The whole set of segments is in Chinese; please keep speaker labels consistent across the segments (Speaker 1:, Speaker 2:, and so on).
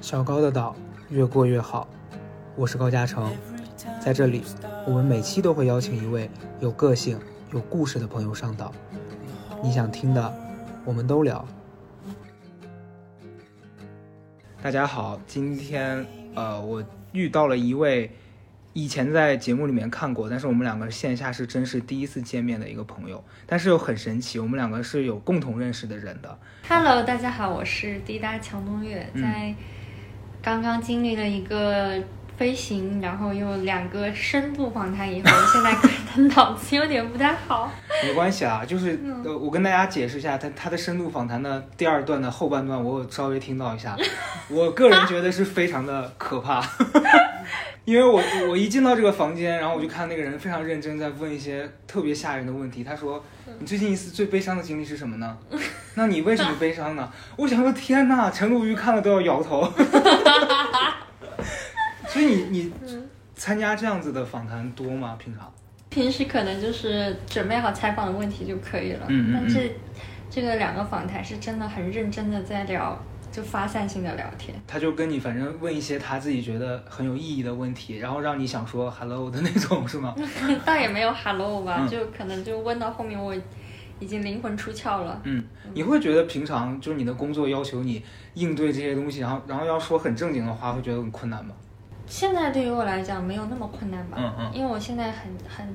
Speaker 1: 小高的岛，越过越好。我是高嘉诚，在这里，我们每期都会邀请一位有个性、有故事的朋友上岛。你想听的，我们都聊。大家好，今天呃，我遇到了一位以前在节目里面看过，但是我们两个线下是真是第一次见面的一个朋友，但是又很神奇，我们两个是有共同认识的人的。
Speaker 2: Hello，大家好，我是滴答强东月，
Speaker 1: 嗯
Speaker 2: 在刚刚经历了一个飞行，然后又两个深度访谈以后，现在可能脑子有点不 太好。
Speaker 1: 没关系啊，就是呃，我跟大家解释一下，他他的深度访谈的第二段的后半段，我有稍微听到一下，我个人觉得是非常的可怕，因为我我一进到这个房间，然后我就看那个人非常认真在问一些特别吓人的问题，他说你最近一次最悲伤的经历是什么呢？那你为什么悲伤呢？我想说天呐，陈鲁豫看了都要摇头，所以你你参加这样子的访谈多吗？平常？
Speaker 2: 平时可能就是准备好采访的问题就可以了，
Speaker 1: 嗯嗯嗯
Speaker 2: 但这这个两个访谈是真的很认真的在聊，就发散性的聊天。
Speaker 1: 他就跟你反正问一些他自己觉得很有意义的问题，然后让你想说 hello 的那种，是吗？
Speaker 2: 倒也没有 hello 吧，
Speaker 1: 嗯
Speaker 2: 就可能就问到后面我已经灵魂出窍了。
Speaker 1: 嗯，你会觉得平常就是你的工作要求你应对这些东西，然后然后要说很正经的话，会觉得很困难吗？
Speaker 2: 现在对于我来讲没有那么困难吧，
Speaker 1: 嗯嗯
Speaker 2: 因为我现在很很，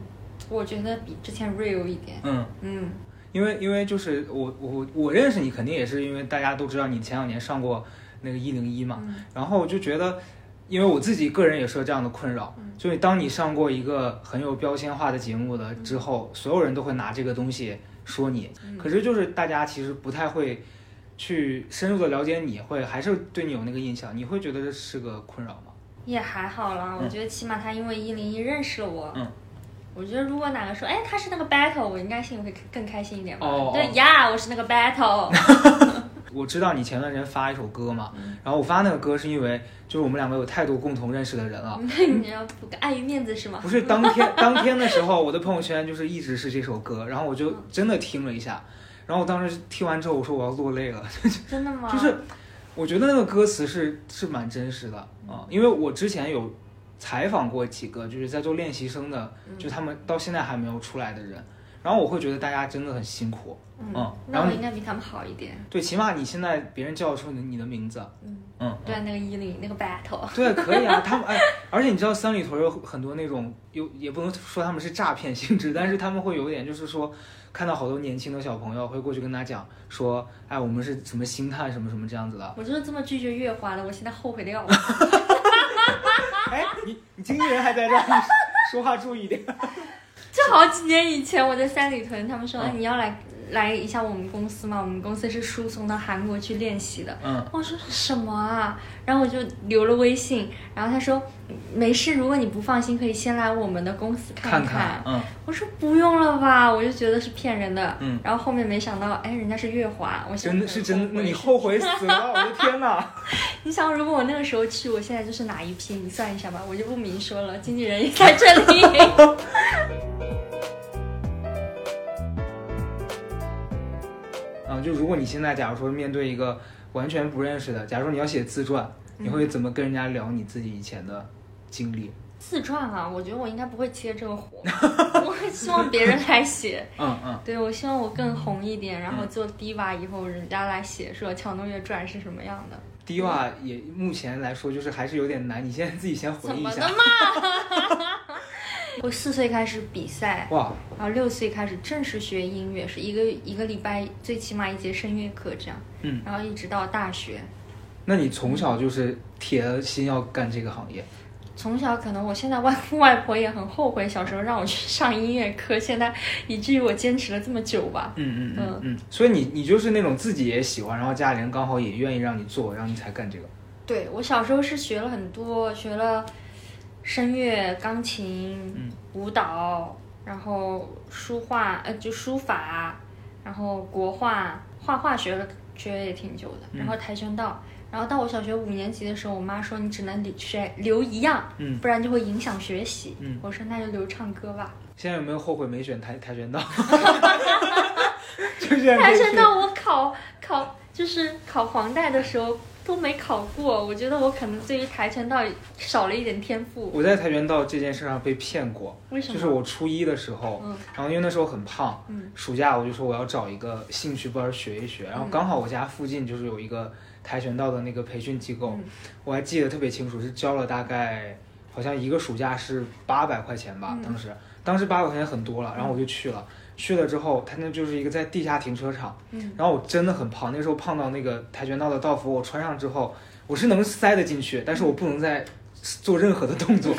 Speaker 2: 我觉得比之前 real 一点，
Speaker 1: 嗯，
Speaker 2: 嗯，
Speaker 1: 因为因为就是我我我认识你，肯定也是因为大家都知道你前两年上过那个一零一嘛，
Speaker 2: 嗯
Speaker 1: 然后我就觉得，因为我自己个人也是有这样的困扰，就是当你上过一个很有标签化的节目的之后，所有人都会拿这个东西说你，可是就是大家其实不太会去深入的了解你，会还是对你有那个印象，你会觉得这是个困扰吗？
Speaker 2: 也还好啦。
Speaker 1: 嗯
Speaker 2: 我觉得起码他因为一零一认识了我，
Speaker 1: 嗯
Speaker 2: 我觉得如果哪个说，哎，他是那个 battle，我应该心里会更开心一点吧。
Speaker 1: 哦哦
Speaker 2: 对呀我是那个 battle，
Speaker 1: 我知道你前段时间发一首歌嘛，然后我发那个歌是因为就是我们两个有太多共同认识的人了，
Speaker 2: 你要不碍于面 子是吗
Speaker 1: 不？是当天当天的时候，我的朋友圈就是一直是这首歌，然后我
Speaker 2: 嗯
Speaker 1: 就真的听了一下，然后我当时听完之后，我说我要落泪了，
Speaker 2: 真的吗？
Speaker 1: 就是我觉得那个歌词是是蛮真实的
Speaker 2: 嗯
Speaker 1: 啊，因为我之前有采访过几个就是在做练习生的，
Speaker 2: 嗯
Speaker 1: 就他们到现在还没有出来的人，然后我会觉得大家真的很辛苦，
Speaker 2: 嗯，
Speaker 1: 嗯然
Speaker 2: 那
Speaker 1: 后
Speaker 2: 我
Speaker 1: 你
Speaker 2: 应该比他们好一点。
Speaker 1: 对，起码你现在别人叫得出你你的名字，
Speaker 2: 嗯，
Speaker 1: 嗯，
Speaker 2: 对，那个一零那个 battle，
Speaker 1: 对，可以啊，他们哎，而且你知道三里屯有很多那种，有也不能说他们是诈骗性质，但是他们会有一点就是说，看到好多年轻的小朋友会过去跟他讲说，哎，我们是什么星探什么什么这样子的。
Speaker 2: 我就是这么拒绝月华的，我现在后悔的要死。
Speaker 1: 哎，你你经纪人还在 这儿，你说话注意点。
Speaker 2: 这好几年以前，我在三里屯，他们说、
Speaker 1: 嗯
Speaker 2: 哎你要来来一下我们公司嘛，我们公司是输送到韩国去练习的。
Speaker 1: 嗯，
Speaker 2: 我说什么啊？然后我就留了微信，然后他说没事，如果你不放心，可以先来我们的公司
Speaker 1: 看
Speaker 2: 一
Speaker 1: 看，嗯
Speaker 2: 我说不用了吧，我就觉得是骗人的。
Speaker 1: 嗯
Speaker 2: 然后后面没想到，哎，人家是月华，我现
Speaker 1: 真
Speaker 2: 在
Speaker 1: 的是真的，
Speaker 2: 的。
Speaker 1: 你后悔死了，我的天 哪！
Speaker 2: 你想，如果我那个时候去，我现在就是哪一批？你算一下吧，我就不明说了，经纪人也在这里。
Speaker 1: 嗯，就如果你现在假如说面对一个完全不认识的，假如说你要写自传，你会怎么跟人家聊你自己以前的经历？
Speaker 2: 自传啊，我觉得我应该不会接这个活，我会希望别人来写。
Speaker 1: 嗯嗯。
Speaker 2: 对，我希望我更红一点，然后做 diva 以后，人家来写说《强东月传》是什么样的，
Speaker 1: diva 也目前来说就是还是有点难，你现在自己先回
Speaker 2: 怎
Speaker 1: 忆一
Speaker 2: 么的
Speaker 1: 下。
Speaker 2: 嘛？ 我四岁开始比赛，
Speaker 1: 哇，
Speaker 2: 然后六岁开始正式学音乐，是一个一个礼拜最起码一节声乐课这样，
Speaker 1: 嗯，
Speaker 2: 然后一直到大学。
Speaker 1: 那你从小就是铁了心要干这个行业，
Speaker 2: 从小可能我现在外外婆也很后悔小时候让我去上音乐课，现在以至于我坚持了这么久吧。
Speaker 1: 嗯
Speaker 2: 嗯嗯
Speaker 1: 嗯，所以你你就是那种自己也喜欢，然后家里人刚好也愿意让你做，然后你才干这个。
Speaker 2: 对我小时候是学了很多，学了声乐、钢琴、
Speaker 1: 嗯
Speaker 2: 舞蹈，然后书画，呃，就书法，然后国画，画画学了学了也挺久的，
Speaker 1: 嗯
Speaker 2: 然后跆拳道。然后到我小学五年级的时候，我妈说你只能留学留一样，
Speaker 1: 嗯
Speaker 2: 不然就会影响学习。
Speaker 1: 嗯
Speaker 2: 我说那就留唱歌吧。
Speaker 1: 现在有没有后悔没选跆跆 拳道？ 就现在
Speaker 2: 跆
Speaker 1: 可以
Speaker 2: 拳
Speaker 1: 去
Speaker 2: 道我考考就是考黄带的时候都没考过。我觉得我可能对于跆拳道少了一点天赋。
Speaker 1: 我在跆拳道这件事上被骗过，
Speaker 2: 为什
Speaker 1: 就
Speaker 2: 么？
Speaker 1: 是我初一的时候，
Speaker 2: 嗯
Speaker 1: 然后因为那时候很胖，
Speaker 2: 嗯
Speaker 1: 暑假我就说我要找一个兴趣班学一学，然后刚好我家附近就是有一个跆拳道的那个培训机构，
Speaker 2: 嗯
Speaker 1: 我还记得特别清楚，是交了大概好像一个暑假是八百块钱吧，
Speaker 2: 嗯
Speaker 1: 当时当时八百块钱很多了，然后我就去了，去了之后他那就是一个在地下停车场，
Speaker 2: 嗯
Speaker 1: 然后我真的很胖，那时候胖到那个跆拳道的道服，我穿上之后我是能塞得进去，但是我不能再做任何的动 作，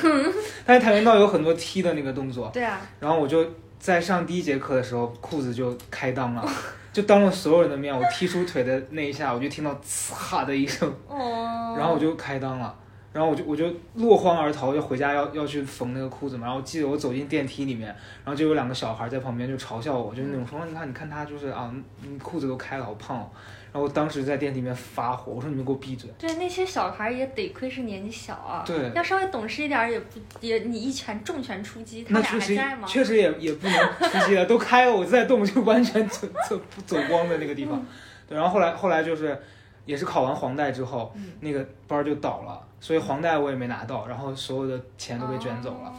Speaker 1: 但是跆拳道有很多踢的那个动作。
Speaker 2: 对 啊，
Speaker 1: 然后我就在上第一节课的时候，裤子就开裆了，就当着所有人的面，我踢出腿的那一下，我就听到“呲”的一声，
Speaker 2: 哦，
Speaker 1: 然后我就开裆了。然后我就我就落荒而逃，就回家要要去缝那个裤子嘛。然后我记得我走进电梯里面，然后就有两个小孩在旁边就嘲笑我，就是那种说你看你看他就是啊，你裤子都开了，好胖哦。然后我当时在电梯里面发火，我说你们给我闭嘴。
Speaker 2: 对那些小孩也得亏是年纪小啊，
Speaker 1: 对
Speaker 2: 要稍微懂事一点儿也不也你一拳重拳出击，他
Speaker 1: 那
Speaker 2: 俩
Speaker 1: 确
Speaker 2: 还
Speaker 1: 实
Speaker 2: 在吗？
Speaker 1: 确实也也不能出击了，都开了，我再动就完全走走走光的那个地
Speaker 2: 嗯
Speaker 1: 方。对，然后后来后来就是也是考完黄带之后，
Speaker 2: 嗯
Speaker 1: 那个班儿就倒了，所以黄带我也没拿到，然后所有的钱都被卷走了，
Speaker 2: 哦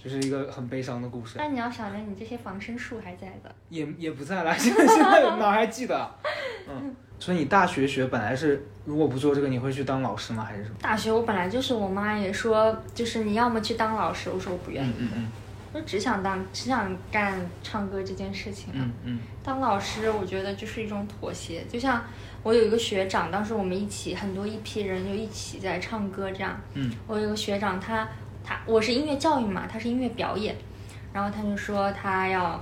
Speaker 1: 这是一个很悲伤的故事。
Speaker 2: 那你要想着你这些防身术还在的，
Speaker 1: 也也不在了，现在现在哪还记得啊？ 嗯，所以你大学学本来是如果不做这个，你会去当老师吗？还是什么？
Speaker 2: 大学我本来就是，我妈也说，就是你要么去当老师，我说我不愿意，
Speaker 1: 嗯嗯嗯
Speaker 2: 我只想当，只想干唱歌这件事情啊。
Speaker 1: 嗯嗯
Speaker 2: 当老师，我觉得就是一种妥协。就像我有一个学长，当时我们一起很多一批人就一起在唱歌这样。
Speaker 1: 嗯，
Speaker 2: 我有一个学长，他他我是音乐教育嘛，他是音乐表演，然后他就说他要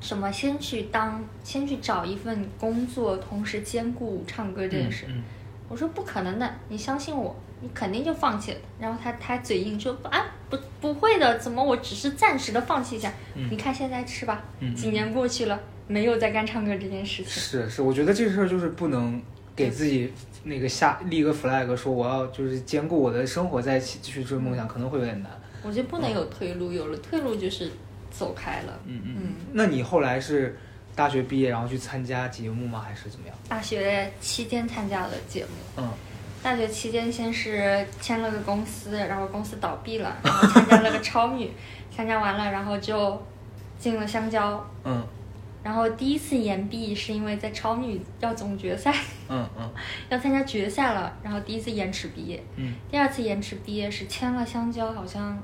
Speaker 2: 什么先去当，先去找一份工作，同时兼顾唱歌这件事。
Speaker 1: 嗯
Speaker 2: 我说不可能的，你相信我，你肯定就放弃了。然后他他嘴硬说啊不不会的，怎么我只是暂时的放弃一下？
Speaker 1: 嗯
Speaker 2: 你看现在吃吧，
Speaker 1: 嗯
Speaker 2: 几年过去了，没有再干唱歌这件事 情。
Speaker 1: 是是，我觉得这事儿就是不能给自己那个下立个 flag，说我要就是兼顾我的生活再去继续追梦想，可能会有点难。
Speaker 2: 我觉得不能有退路，有了退路就是走开了。
Speaker 1: 嗯
Speaker 2: 嗯
Speaker 1: 那你后来是大学毕业然后去参加节目吗？还是怎么样？
Speaker 2: 大学期间参加了节目，
Speaker 1: 嗯，
Speaker 2: 大学期间先是签了个公司，然后公司倒闭了，然后参加了个超女，参加完了，然后就进了香蕉。
Speaker 1: 嗯
Speaker 2: 然后第一次延毕是因为在超女要总决赛，
Speaker 1: 嗯嗯
Speaker 2: 要参加决赛了，然后第一次延迟毕业，
Speaker 1: 嗯
Speaker 2: 第二次延迟毕业是签了香蕉，好像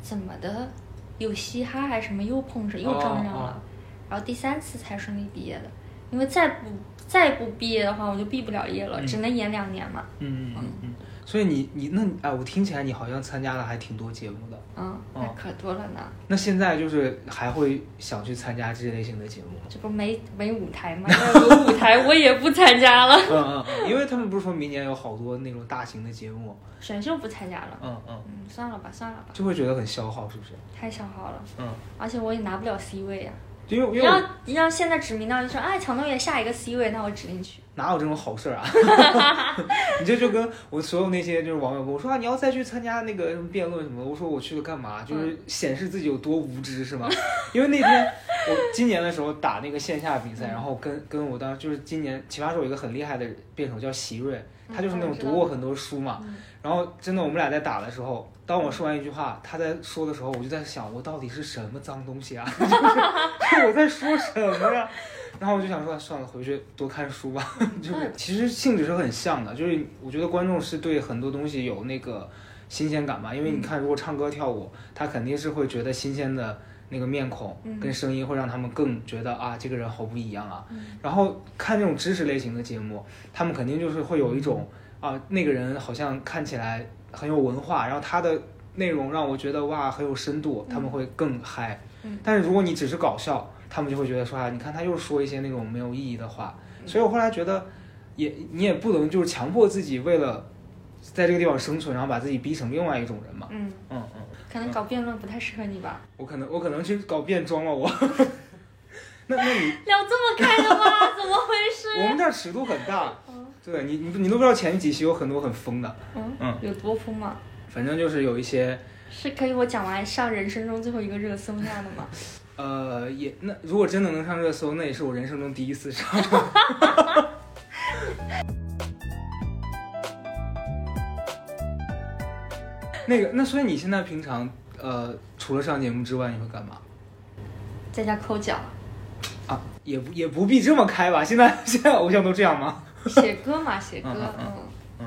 Speaker 2: 怎么的有嘻哈还是什么又碰上又撞上了，
Speaker 1: 哦哦
Speaker 2: 然后第三次才顺利毕业的，因为再不再不毕业的话，我就毕不了业了，
Speaker 1: 嗯
Speaker 2: 只能延两年嘛。
Speaker 1: 嗯嗯嗯。所以你你那哎，我听起来你好像参加了还挺多节目的。
Speaker 2: 嗯，那
Speaker 1: 哦
Speaker 2: 可多了呢，
Speaker 1: 那现在就是还会想去参加这类型的节目吗？
Speaker 2: 这不没没舞台嘛，要有舞台我也不参加了，
Speaker 1: 嗯 嗯嗯，因为他们不是说明年有好多那种大型的节目，
Speaker 2: 选秀不参加了，
Speaker 1: 嗯嗯，
Speaker 2: 嗯，算了吧，算了吧，
Speaker 1: 就会觉得很消耗，是不是？
Speaker 2: 太消耗了，
Speaker 1: 嗯，
Speaker 2: 而且我也拿不了 C 位呀、
Speaker 1: 因为因
Speaker 2: 你
Speaker 1: 为我
Speaker 2: 要你要现在指名道姓说，哎，强东也下一个 C 位，那我指定去。
Speaker 1: 哪有这种好事儿啊？ 你这就跟我所有那些就是网友跟我说啊，你要再去参加那个什么辩论什么的，我说我去了干嘛？就是显示自己有多无知是吗？因为那天我今年的时候打那个线下比赛，然后跟跟我当时就是今年奇葩说有一个很厉害的辩手叫席瑞，他就是那种读过很多书嘛。
Speaker 2: 嗯
Speaker 1: 然后真的我们俩在打的时候，当我说完一句话，他在说的时候，我就在想我到底是什么脏东西啊？ 就是我在说什么呀？然后我就想说算了，回去多看书吧。
Speaker 2: 嗯
Speaker 1: 就是其实性质是很像的，就是我觉得观众是对很多东西有那个新鲜感吧，因
Speaker 2: 嗯
Speaker 1: 为你看，如果唱歌跳舞，他肯定是会觉得新鲜的那个面孔
Speaker 2: 嗯
Speaker 1: 跟声音会让他们更觉得啊，这个人好不一样啊。
Speaker 2: 嗯
Speaker 1: 然后看这种知识类型的节目，他们肯定就是会有一种
Speaker 2: 嗯
Speaker 1: 啊，那个人好像看起来很有文化，然后他的内容让我觉得哇很有深度，他们会更嗨。
Speaker 2: 嗯
Speaker 1: 但是如果你只是搞笑，他们就会觉得说啊，你看他又说一些那种没有意义的话。所以我后来觉得也你也不能就是强迫自己为了在这个地方生存，然后把自己逼成另外一种人嘛。
Speaker 2: 嗯，
Speaker 1: 嗯嗯，
Speaker 2: 可能搞辩论不太适合你吧。
Speaker 1: 我可能我可能去搞变装了我。 那那你
Speaker 2: 聊这么开的吗？怎么回
Speaker 1: 我
Speaker 2: 事？
Speaker 1: 们这儿尺度很大
Speaker 2: 嗯，
Speaker 1: 对你你你都不知道前几期有很多很疯的，
Speaker 2: 嗯，
Speaker 1: 嗯，
Speaker 2: 有多疯吗？
Speaker 1: 反正就是有一些
Speaker 2: 是可以我讲完上人生中最后一个热搜那样的吗？
Speaker 1: 呃也那如果真的能上热搜，那也是我人生中第一次上。 那个，那所以你现在平常呃，除了上节目之外，你会干嘛
Speaker 2: 在家抠脚、
Speaker 1: 啊？也不也不必这么开吧？现在 现在偶像都这样吗？
Speaker 2: 写歌嘛，写歌，
Speaker 1: 嗯嗯
Speaker 2: 嗯，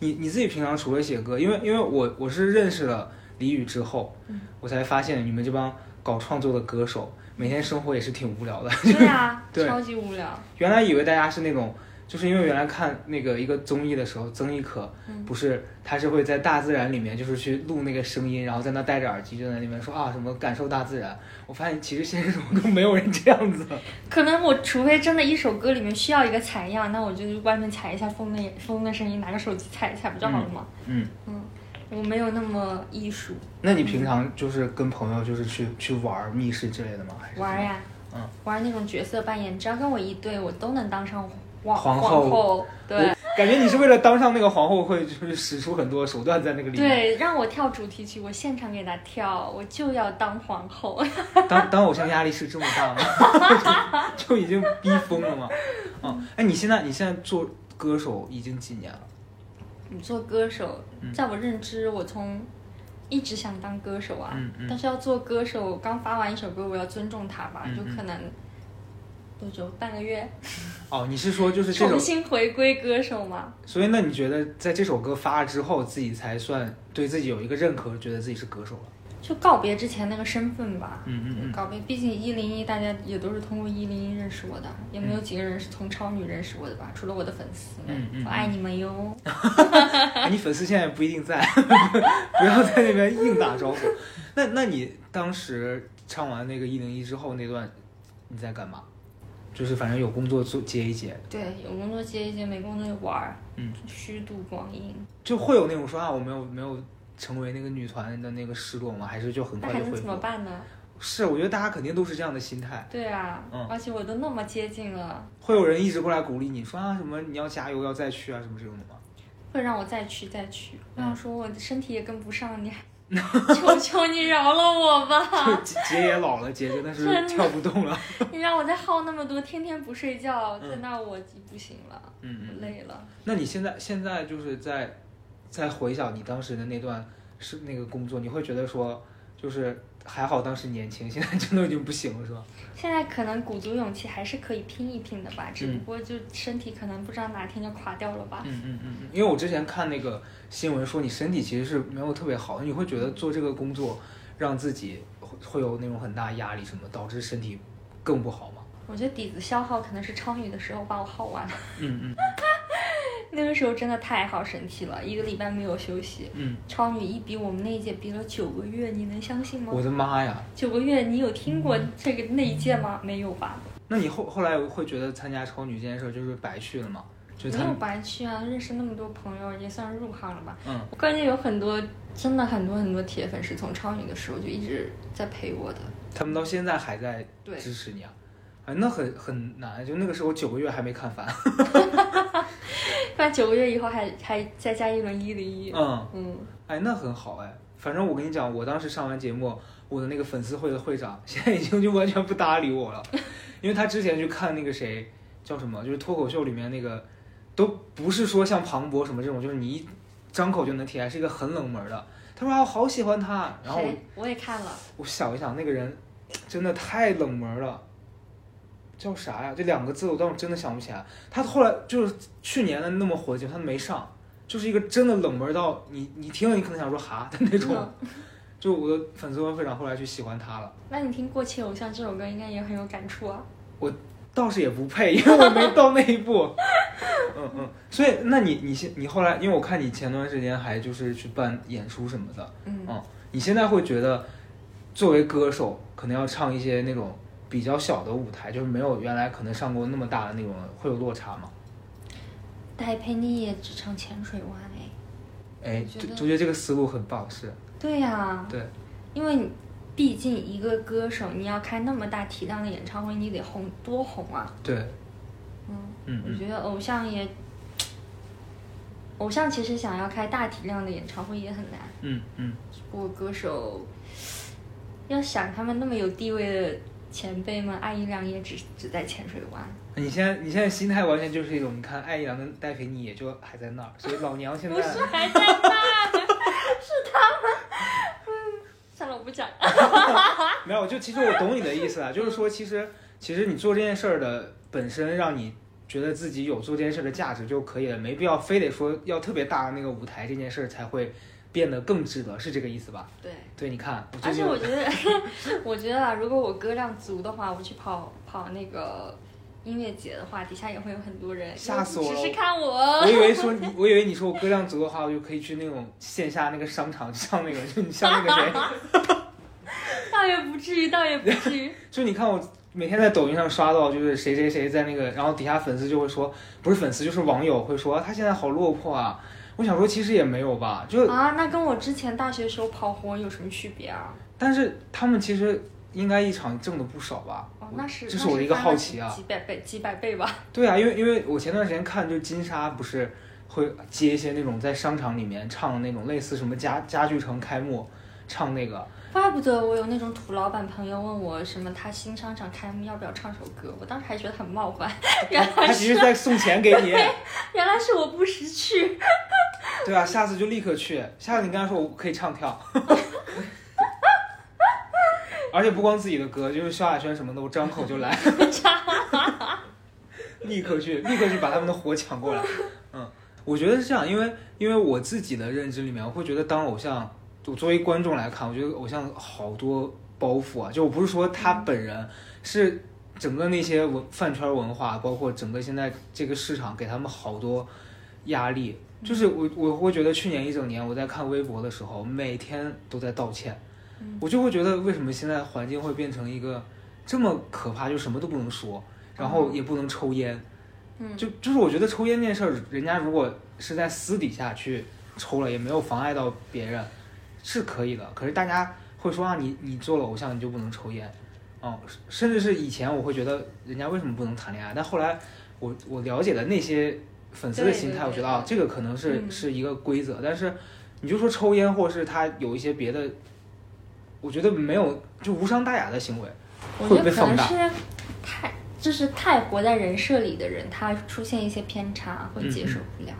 Speaker 1: 你你自己平常除了写歌，因为因为我我是认识了李宇之后，
Speaker 2: 嗯
Speaker 1: 我才发现你们这帮搞创作的歌手，每天生活也是挺无聊的。，
Speaker 2: 对啊
Speaker 1: 对
Speaker 2: 超级无聊，
Speaker 1: 原来以为大家是那种，就是因为原来看那个一个综艺的时候，曾轶可
Speaker 2: 嗯
Speaker 1: 不是他是会在大自然里面就是去录那个声音，然后在那戴着耳机就在那边说啊什么感受大自然。我发现其实现实生活中没有人这样子。
Speaker 2: 可能我除非真的一首歌里面需要一个采样，那我就去外面采一下风的风的声音，拿个手机采一下不就好了吗？
Speaker 1: 嗯，
Speaker 2: 嗯，我没有那么艺术
Speaker 1: 那你平常就是跟朋友就是去去玩儿密室之类的吗？还是
Speaker 2: 玩呀、
Speaker 1: 嗯
Speaker 2: 玩那种角色扮演，只要跟我一对，我都能当上皇
Speaker 1: 皇后哦
Speaker 2: 后。对
Speaker 1: 感觉你是为了当上那个皇后，会就是使出很多手段在那个里面。
Speaker 2: 对，让我跳主题曲，我现场给他跳，我就要当皇后。
Speaker 1: 嗯 当当偶像压力是这么大吗？ 就就已经逼疯了吗？嗯，哎，你现在你现在做歌手已经几年了？
Speaker 2: 你做歌手
Speaker 1: 嗯，
Speaker 2: 在我认知，我从一直想当歌手啊，
Speaker 1: 嗯嗯
Speaker 2: 但是要做歌手，刚发完一首歌，我要尊重他吧，
Speaker 1: 嗯嗯
Speaker 2: 就可能多久半个月
Speaker 1: 哦，你是说就是这
Speaker 2: 重
Speaker 1: 首？
Speaker 2: 新回归歌手嘛？
Speaker 1: 所以那你觉得在这首歌发了之后，自己才算对自己有一个认可，觉得自己是歌手了？
Speaker 2: 就告别之前那个身份吧。
Speaker 1: 嗯嗯嗯。
Speaker 2: 告别，毕竟一零一大家也都是通过一零一认识我的，也没有几个人是从超女认识我的吧，除了我的粉丝们，
Speaker 1: 嗯嗯
Speaker 2: 我爱你们哟。
Speaker 1: 哎你粉丝现在不一定在， 不要在那边硬打招呼。那那你当时唱完那个一零一之后那段，你在干嘛？就是反正有工作做接一接，
Speaker 2: 对，有工作接一接，没工作就玩儿，
Speaker 1: 嗯，
Speaker 2: 虚度光阴。
Speaker 1: 就会有那种说啊，我没有没有成为那个女团的那个失落吗？还是就很
Speaker 2: 那
Speaker 1: 快
Speaker 2: 还
Speaker 1: 就
Speaker 2: 能
Speaker 1: 恢
Speaker 2: 怎么
Speaker 1: 复？
Speaker 2: 办呢？
Speaker 1: 是，我觉得大家肯定都是这样的心态。
Speaker 2: 对啊，
Speaker 1: 嗯
Speaker 2: 而且我都那么接近了，
Speaker 1: 会有人一直过来鼓励你说啊什么你要加油要再去啊什么这种 的吗？
Speaker 2: 会让我再去再去。我
Speaker 1: 嗯
Speaker 2: 想说，我的身体也跟不上你， 求求你饶了我吧！
Speaker 1: 就姐姐也老了，姐真的是
Speaker 2: 真的
Speaker 1: 跳不动了。
Speaker 2: 你让我再耗那么多，天天不睡觉，
Speaker 1: 嗯
Speaker 2: 在那我不行了，
Speaker 1: 嗯
Speaker 2: 我
Speaker 1: 嗯。
Speaker 2: 累了。
Speaker 1: 那你现在现在就是在在回想你当时的那段是那个工作，你会觉得说就是还好当时年轻，现在真的已经不行了是吧？
Speaker 2: 现在可能鼓足勇气还是可以拼一拼的吧，只不过就身体可能不知道哪天就垮掉了吧。
Speaker 1: 嗯嗯嗯嗯。因为我之前看那个新闻说你身体其实是没有特别好，你会觉得做这个工作让自己会会有那种很大压力什么，导致身体更不好吗？
Speaker 2: 我觉得底子消耗可能是超女的时候把我耗完了，
Speaker 1: 嗯嗯
Speaker 2: 那个时候真的太耗身体了，一个礼拜没有休息。
Speaker 1: 嗯。
Speaker 2: 超女一比我们那一届比了九个月，你能相信吗？
Speaker 1: 我的嗯妈呀！
Speaker 2: 九个月，你有听过这个那一届吗？没有吧？
Speaker 1: 那你后后来会觉得参加超女这件事儿就是白去了吗？就
Speaker 2: 没
Speaker 1: 他
Speaker 2: 有
Speaker 1: 们，
Speaker 2: 白去啊，认识那么多朋友，也算入行了吧。
Speaker 1: 嗯，
Speaker 2: 关键有很多，真的很多很多铁粉是从超女的时候就一直在陪我的。
Speaker 1: 他们到现在还在
Speaker 2: 对，
Speaker 1: 支持你啊。啊，那很很难，就那个时候九个月还没看烦，
Speaker 2: 不然九个月以后还还再加一轮一零一。
Speaker 1: 嗯，
Speaker 2: 嗯，
Speaker 1: 哎，那很好哎。反正我跟你讲，我当时上完节目，我的那个粉丝会的会长 现在已经就完全不搭理我了，因为他之前去看那个谁叫什么，就是脱口秀里面那个，都不是说像庞博什么这种，就是你一张口就能提，还是一个很冷门的。他说啊，我好喜欢他，然后我
Speaker 2: 谁？我也看了，
Speaker 1: 我想一想，那个人真的太冷门了，叫啥呀？这两个字我当时真的想不起来。他后来就是去年的那么火的节目，他没上，就是一个真的冷门到你你听了你可能想说哈的那种。就我的粉丝会长后来去喜欢他了，
Speaker 2: 那你听《过气偶像》这首歌，应该也很有感触啊。
Speaker 1: 倒是也不配，因为我没到那一步。嗯嗯，所以那你你现你后来，因为我看你前段时间还就是去办演出什么的，
Speaker 2: 嗯，
Speaker 1: 你现在会觉得，作为歌手，可能要唱一些那种比较小的舞台，就是没有原来可能上过那么大的那种，会有落差吗？
Speaker 2: 戴佩妮也只唱浅水湾哎。
Speaker 1: 哎，
Speaker 2: 我觉
Speaker 1: 就
Speaker 2: 得
Speaker 1: 就觉得这个思路很棒，是
Speaker 2: 对呀、
Speaker 1: 对，
Speaker 2: 因为你毕竟一个歌手，你要开那么大体量的演唱会，你得红多红啊。
Speaker 1: 对，
Speaker 2: 嗯，
Speaker 1: 嗯
Speaker 2: 我
Speaker 1: 嗯
Speaker 2: 觉得偶像也，偶像其实想要开大体量的演唱会也很难。
Speaker 1: 嗯嗯，
Speaker 2: 不过歌手要想他们那么有地位的前辈们，艾怡良也只只在浅水湾。
Speaker 1: 你现在你现在心态完全就是一种，你看艾怡良跟戴培妮也就还在那儿，所以老娘现
Speaker 2: 不是
Speaker 1: 在
Speaker 2: 还在那儿，是他 嗯
Speaker 1: 没有，就其实我懂你的意思啊，就是说，其实其实你做这件事儿的本身，让你觉得自己有做这件事的价值就可以了，没必要非得说要特别大的那个舞台，这件事儿才会变得更值得，是这个意思吧？
Speaker 2: 对，
Speaker 1: 对，你看，
Speaker 2: 而且
Speaker 1: 这就
Speaker 2: 我觉得，我觉得 啊，如果我歌量足的话，我去跑跑那个音乐节的话，底下也会有很多人，
Speaker 1: 吓死我了
Speaker 2: 只是看我
Speaker 1: 我，以为说你，我以为你说我歌量足的话，我就可以去那种线下那个商场，像那个，就你像那个谁，
Speaker 2: 倒也不至于，倒也不 至于。
Speaker 1: 就你看我每天在抖音上刷到，就是谁谁谁在那个，然后底下粉丝就会说，不是粉丝就是网友会说他现在好落魄啊。我想说，其实也没有吧，就
Speaker 2: 啊，那跟我之前大学时候跑火有什么区别啊？
Speaker 1: 但是他们其实应该一场挣的不少吧？
Speaker 2: 哦，那是
Speaker 1: 这
Speaker 2: 那
Speaker 1: 是我的一个
Speaker 2: 翻
Speaker 1: 好
Speaker 2: 了
Speaker 1: 奇啊
Speaker 2: 几百倍，几百倍吧。
Speaker 1: 对啊，因为因为我前段时间看，就金莎不是会接一些那种在商场里面唱的那种类似什么家家具城开幕唱那个，
Speaker 2: 怪不得我有那种土老板朋友问我什么，他新商场开幕要不要唱首歌，我当时还觉得很冒犯， 原
Speaker 1: 他
Speaker 2: 来
Speaker 1: 其实
Speaker 2: 是
Speaker 1: 在送钱给你，
Speaker 2: 原来是我不识趣。
Speaker 1: 对啊，下次就立刻去，下次你跟他说我可以唱跳。而且不光自己的歌，就是萧亚轩什么的，我张口就来，立刻去，立刻去把他们的火抢过来。嗯，我觉得是这样，因为因为我自己的认知里面，我会觉得当偶像，我作为观众来看，我觉得偶像好多包袱啊，就我不是说他本人，是整个那些文饭圈文化，包括整个现在这个市场给他们好多压力。就是我我会觉得去年一整年我在看微博的时候，每天都在道歉，我就会觉得为什么现在环境会变成一个这么可怕，就什么都不能说，然后也不能抽烟，
Speaker 2: 嗯
Speaker 1: 就就是我觉得抽烟这件事儿，人家如果是在私底下去抽了，也没有妨碍到别人，是可以的。可是大家会说啊，你你做了偶像，你就不能抽烟，哦，甚至是以前我会觉得人家为什么不能谈恋爱，但后来我我了解的那些粉丝的
Speaker 2: 对
Speaker 1: 心态，
Speaker 2: 对
Speaker 1: 我觉得
Speaker 2: 对
Speaker 1: 啊，这个可能是、
Speaker 2: 嗯
Speaker 1: 是一个规则，但是你就说抽烟，或是他有一些别的，我觉得没有就无伤大雅的行为，
Speaker 2: 我
Speaker 1: 会
Speaker 2: 觉
Speaker 1: 被
Speaker 2: 得可
Speaker 1: 放
Speaker 2: 能
Speaker 1: 大
Speaker 2: 是太就是太活在人设里的人，他出现一些偏差会接受不了。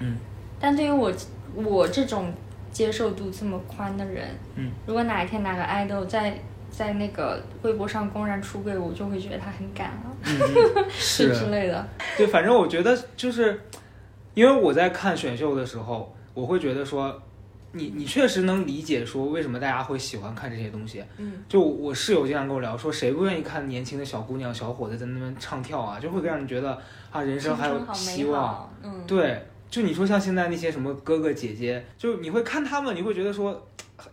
Speaker 1: 嗯
Speaker 2: 但对于我我这种接受度这么宽的人，
Speaker 1: 嗯，
Speaker 2: 如果哪一天哪个爱豆在在那个微博上公然出柜，我就会觉得他很敢了，
Speaker 1: 嗯，嗯
Speaker 2: 就是之类的。
Speaker 1: 对，反正我觉得就是，因为我在看选秀的时候，我会觉得说，你你确实能理解说为什么大家会喜欢看这些东西。
Speaker 2: 嗯，
Speaker 1: 就我室友经常跟我聊说，谁不愿意看年轻的小姑娘、小伙子在那边唱跳啊，就会让你觉得啊，人生还
Speaker 2: 青春
Speaker 1: 有
Speaker 2: 好
Speaker 1: 希
Speaker 2: 美
Speaker 1: 望。
Speaker 2: 好，嗯，
Speaker 1: 对，就你说像现在那些什么哥哥姐姐，就你会看他们，你会觉得说，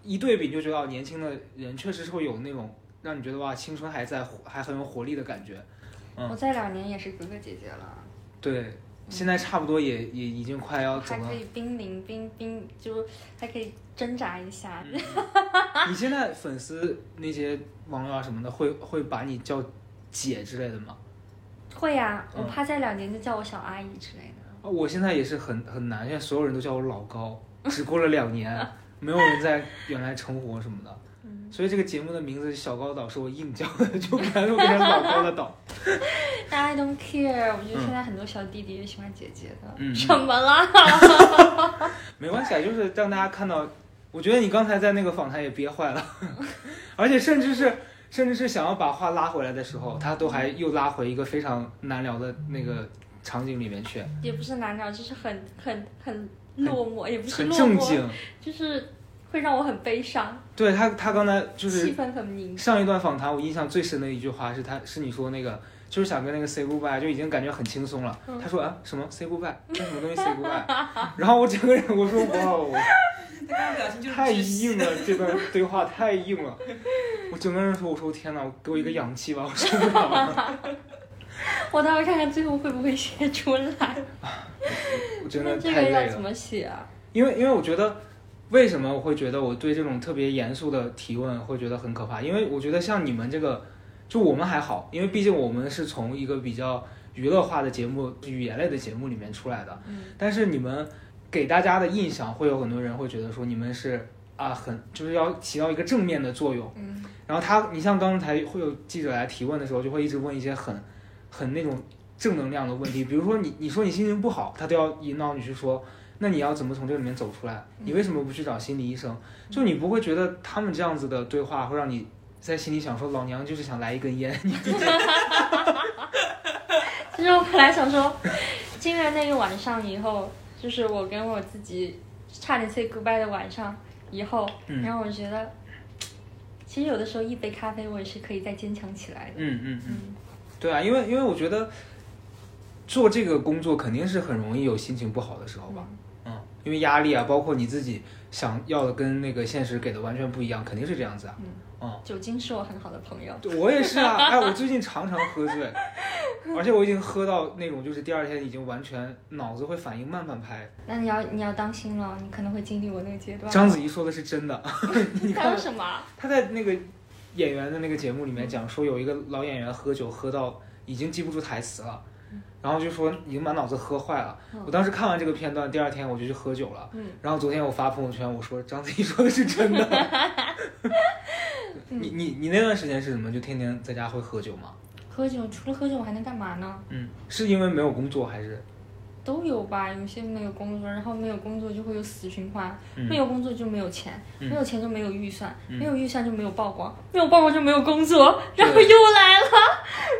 Speaker 1: 一对比你就觉得哦年轻的人确实是会有那种让你觉得哇，青春还在，还很有活力的感觉。嗯
Speaker 2: 我在两年也是哥哥姐姐了，
Speaker 1: 对，现在差不多也也已经快要走
Speaker 2: 嗯还
Speaker 1: 到
Speaker 2: 可以濒临濒濒，就还可以挣扎一下。
Speaker 1: 嗯你现在粉丝那些网友啊什么的，会会把你叫姐之类的吗？
Speaker 2: 会呀、
Speaker 1: 嗯
Speaker 2: 我怕在两年就叫我小阿姨之类的。
Speaker 1: 啊我现在也是很很难，现在所有人都叫我老高，只过了两年，没有人在原来称呼我什么的。
Speaker 2: 嗯
Speaker 1: 所以这个节目的名字“小高岛”是我硬叫的，就感觉变成老高的岛。
Speaker 2: 但 I don't care，我觉
Speaker 1: 嗯
Speaker 2: 得现在很多小弟弟也喜欢姐姐的。
Speaker 1: 嗯嗯
Speaker 2: 什么啦？
Speaker 1: 没关系，啊，就是让大家看到。我觉得你刚才在那个访谈也憋 坏了，而且甚至是甚至是想要把话拉回来的时候，他都还又拉回一个非常难聊的那个场景里面去，
Speaker 2: 也不是难聊，就是很很很落寞，也不是
Speaker 1: 很
Speaker 2: 落
Speaker 1: 正
Speaker 2: 寞，
Speaker 1: 经。
Speaker 2: 就是会让我很悲伤，
Speaker 1: 对他，他刚才就是
Speaker 2: 气氛很凝。
Speaker 1: 上一段访谈，我印象最深的一句话是他是你说那个，就是想跟那个 say goodbye，就已经感觉很轻松了。他说啊什么 say goodbye，跟什么东西 say goodbye，然后我整个人我说哇，我
Speaker 3: 他刚刚表情就是
Speaker 1: 太
Speaker 3: 窒息
Speaker 1: 硬了，这段对话太硬了，我整个人说我说天哪，给我一个氧气吧，我受不了了，
Speaker 2: 我待会儿看看最后会不会写出来。
Speaker 1: 我真
Speaker 2: 那
Speaker 1: 的
Speaker 2: 这
Speaker 1: 太
Speaker 2: 个
Speaker 1: 累
Speaker 2: 要
Speaker 1: 了
Speaker 2: 怎。么写啊？
Speaker 1: 因为因为我觉得，为什么我会觉得我对这种特别严肃的提问会觉得很可怕？因为我觉得像你们这个，就我们还好，因为毕竟我们是从一个比较娱乐化的节目、语言类的节目里面出来的。
Speaker 2: 嗯，
Speaker 1: 但是你们给大家的印象，会有很多人会觉得说你们是啊，很就是要起到一个正面的作用。
Speaker 2: 嗯，
Speaker 1: 然后他，你像刚才会有记者来提问的时候，就会一直问一些很很那种正能量的问题，比如说你你说你心情不好，他都要引导你去说，那你要怎么从这里面走出来？你为什么不去找心理医生？就你不会觉得他们这样子的对话会让你在心里想说，老娘就是想来一根烟，你
Speaker 2: 其实我本来想说，经过那一晚上以后，就是我跟我自己差点 say goodbye 的晚上以后，
Speaker 1: 嗯
Speaker 2: 然后我觉得，其实有的时候一杯咖啡我也是可以再坚强起来的。
Speaker 1: 嗯嗯嗯，
Speaker 2: 嗯
Speaker 1: 对啊，因为因为我觉得做这个工作肯定是很容易有心情不好的时候吧，嗯，因为压力啊，包括你自己想要的跟那个现实给的完全不一样，肯定是这样子啊，
Speaker 2: 嗯，
Speaker 1: 嗯。
Speaker 2: 酒精是我很好的朋友。
Speaker 1: 对我也是啊，哎，我最近常常喝醉，而且我已经喝到那种就是第二天已经完全脑子会反应慢半拍。
Speaker 2: 那你要你要当心了，你可能会经历我那个阶段。
Speaker 1: 章子怡说的是真的，你
Speaker 2: 还有
Speaker 1: 看
Speaker 2: 什么？啊
Speaker 1: 她在那个演员的那个节目里
Speaker 2: 嗯
Speaker 1: 面讲说，有一个老演员喝酒喝到已经记不住台词了，
Speaker 2: 嗯
Speaker 1: 然后就说已经满脑子喝坏了。我当时看完这个片段，第二天我就去喝酒了，
Speaker 2: 嗯
Speaker 1: 然后昨天我发朋友圈，我说章子怡说的是真的。
Speaker 2: 嗯
Speaker 1: 你你你那段时间是什么？就天天在家会喝酒吗？
Speaker 2: 喝酒除了喝酒我还能干嘛呢？
Speaker 1: 嗯，是因为没有工作还是？
Speaker 2: 都有吧，有些没有工作，然后没有工作就会有死循环，
Speaker 1: 嗯
Speaker 2: 没有工作就没有钱，
Speaker 1: 嗯
Speaker 2: 没有钱就没有预算，
Speaker 1: 嗯
Speaker 2: 没有预算就没有曝光，没有曝光就没有工作，
Speaker 1: 对
Speaker 2: 然后又 来了，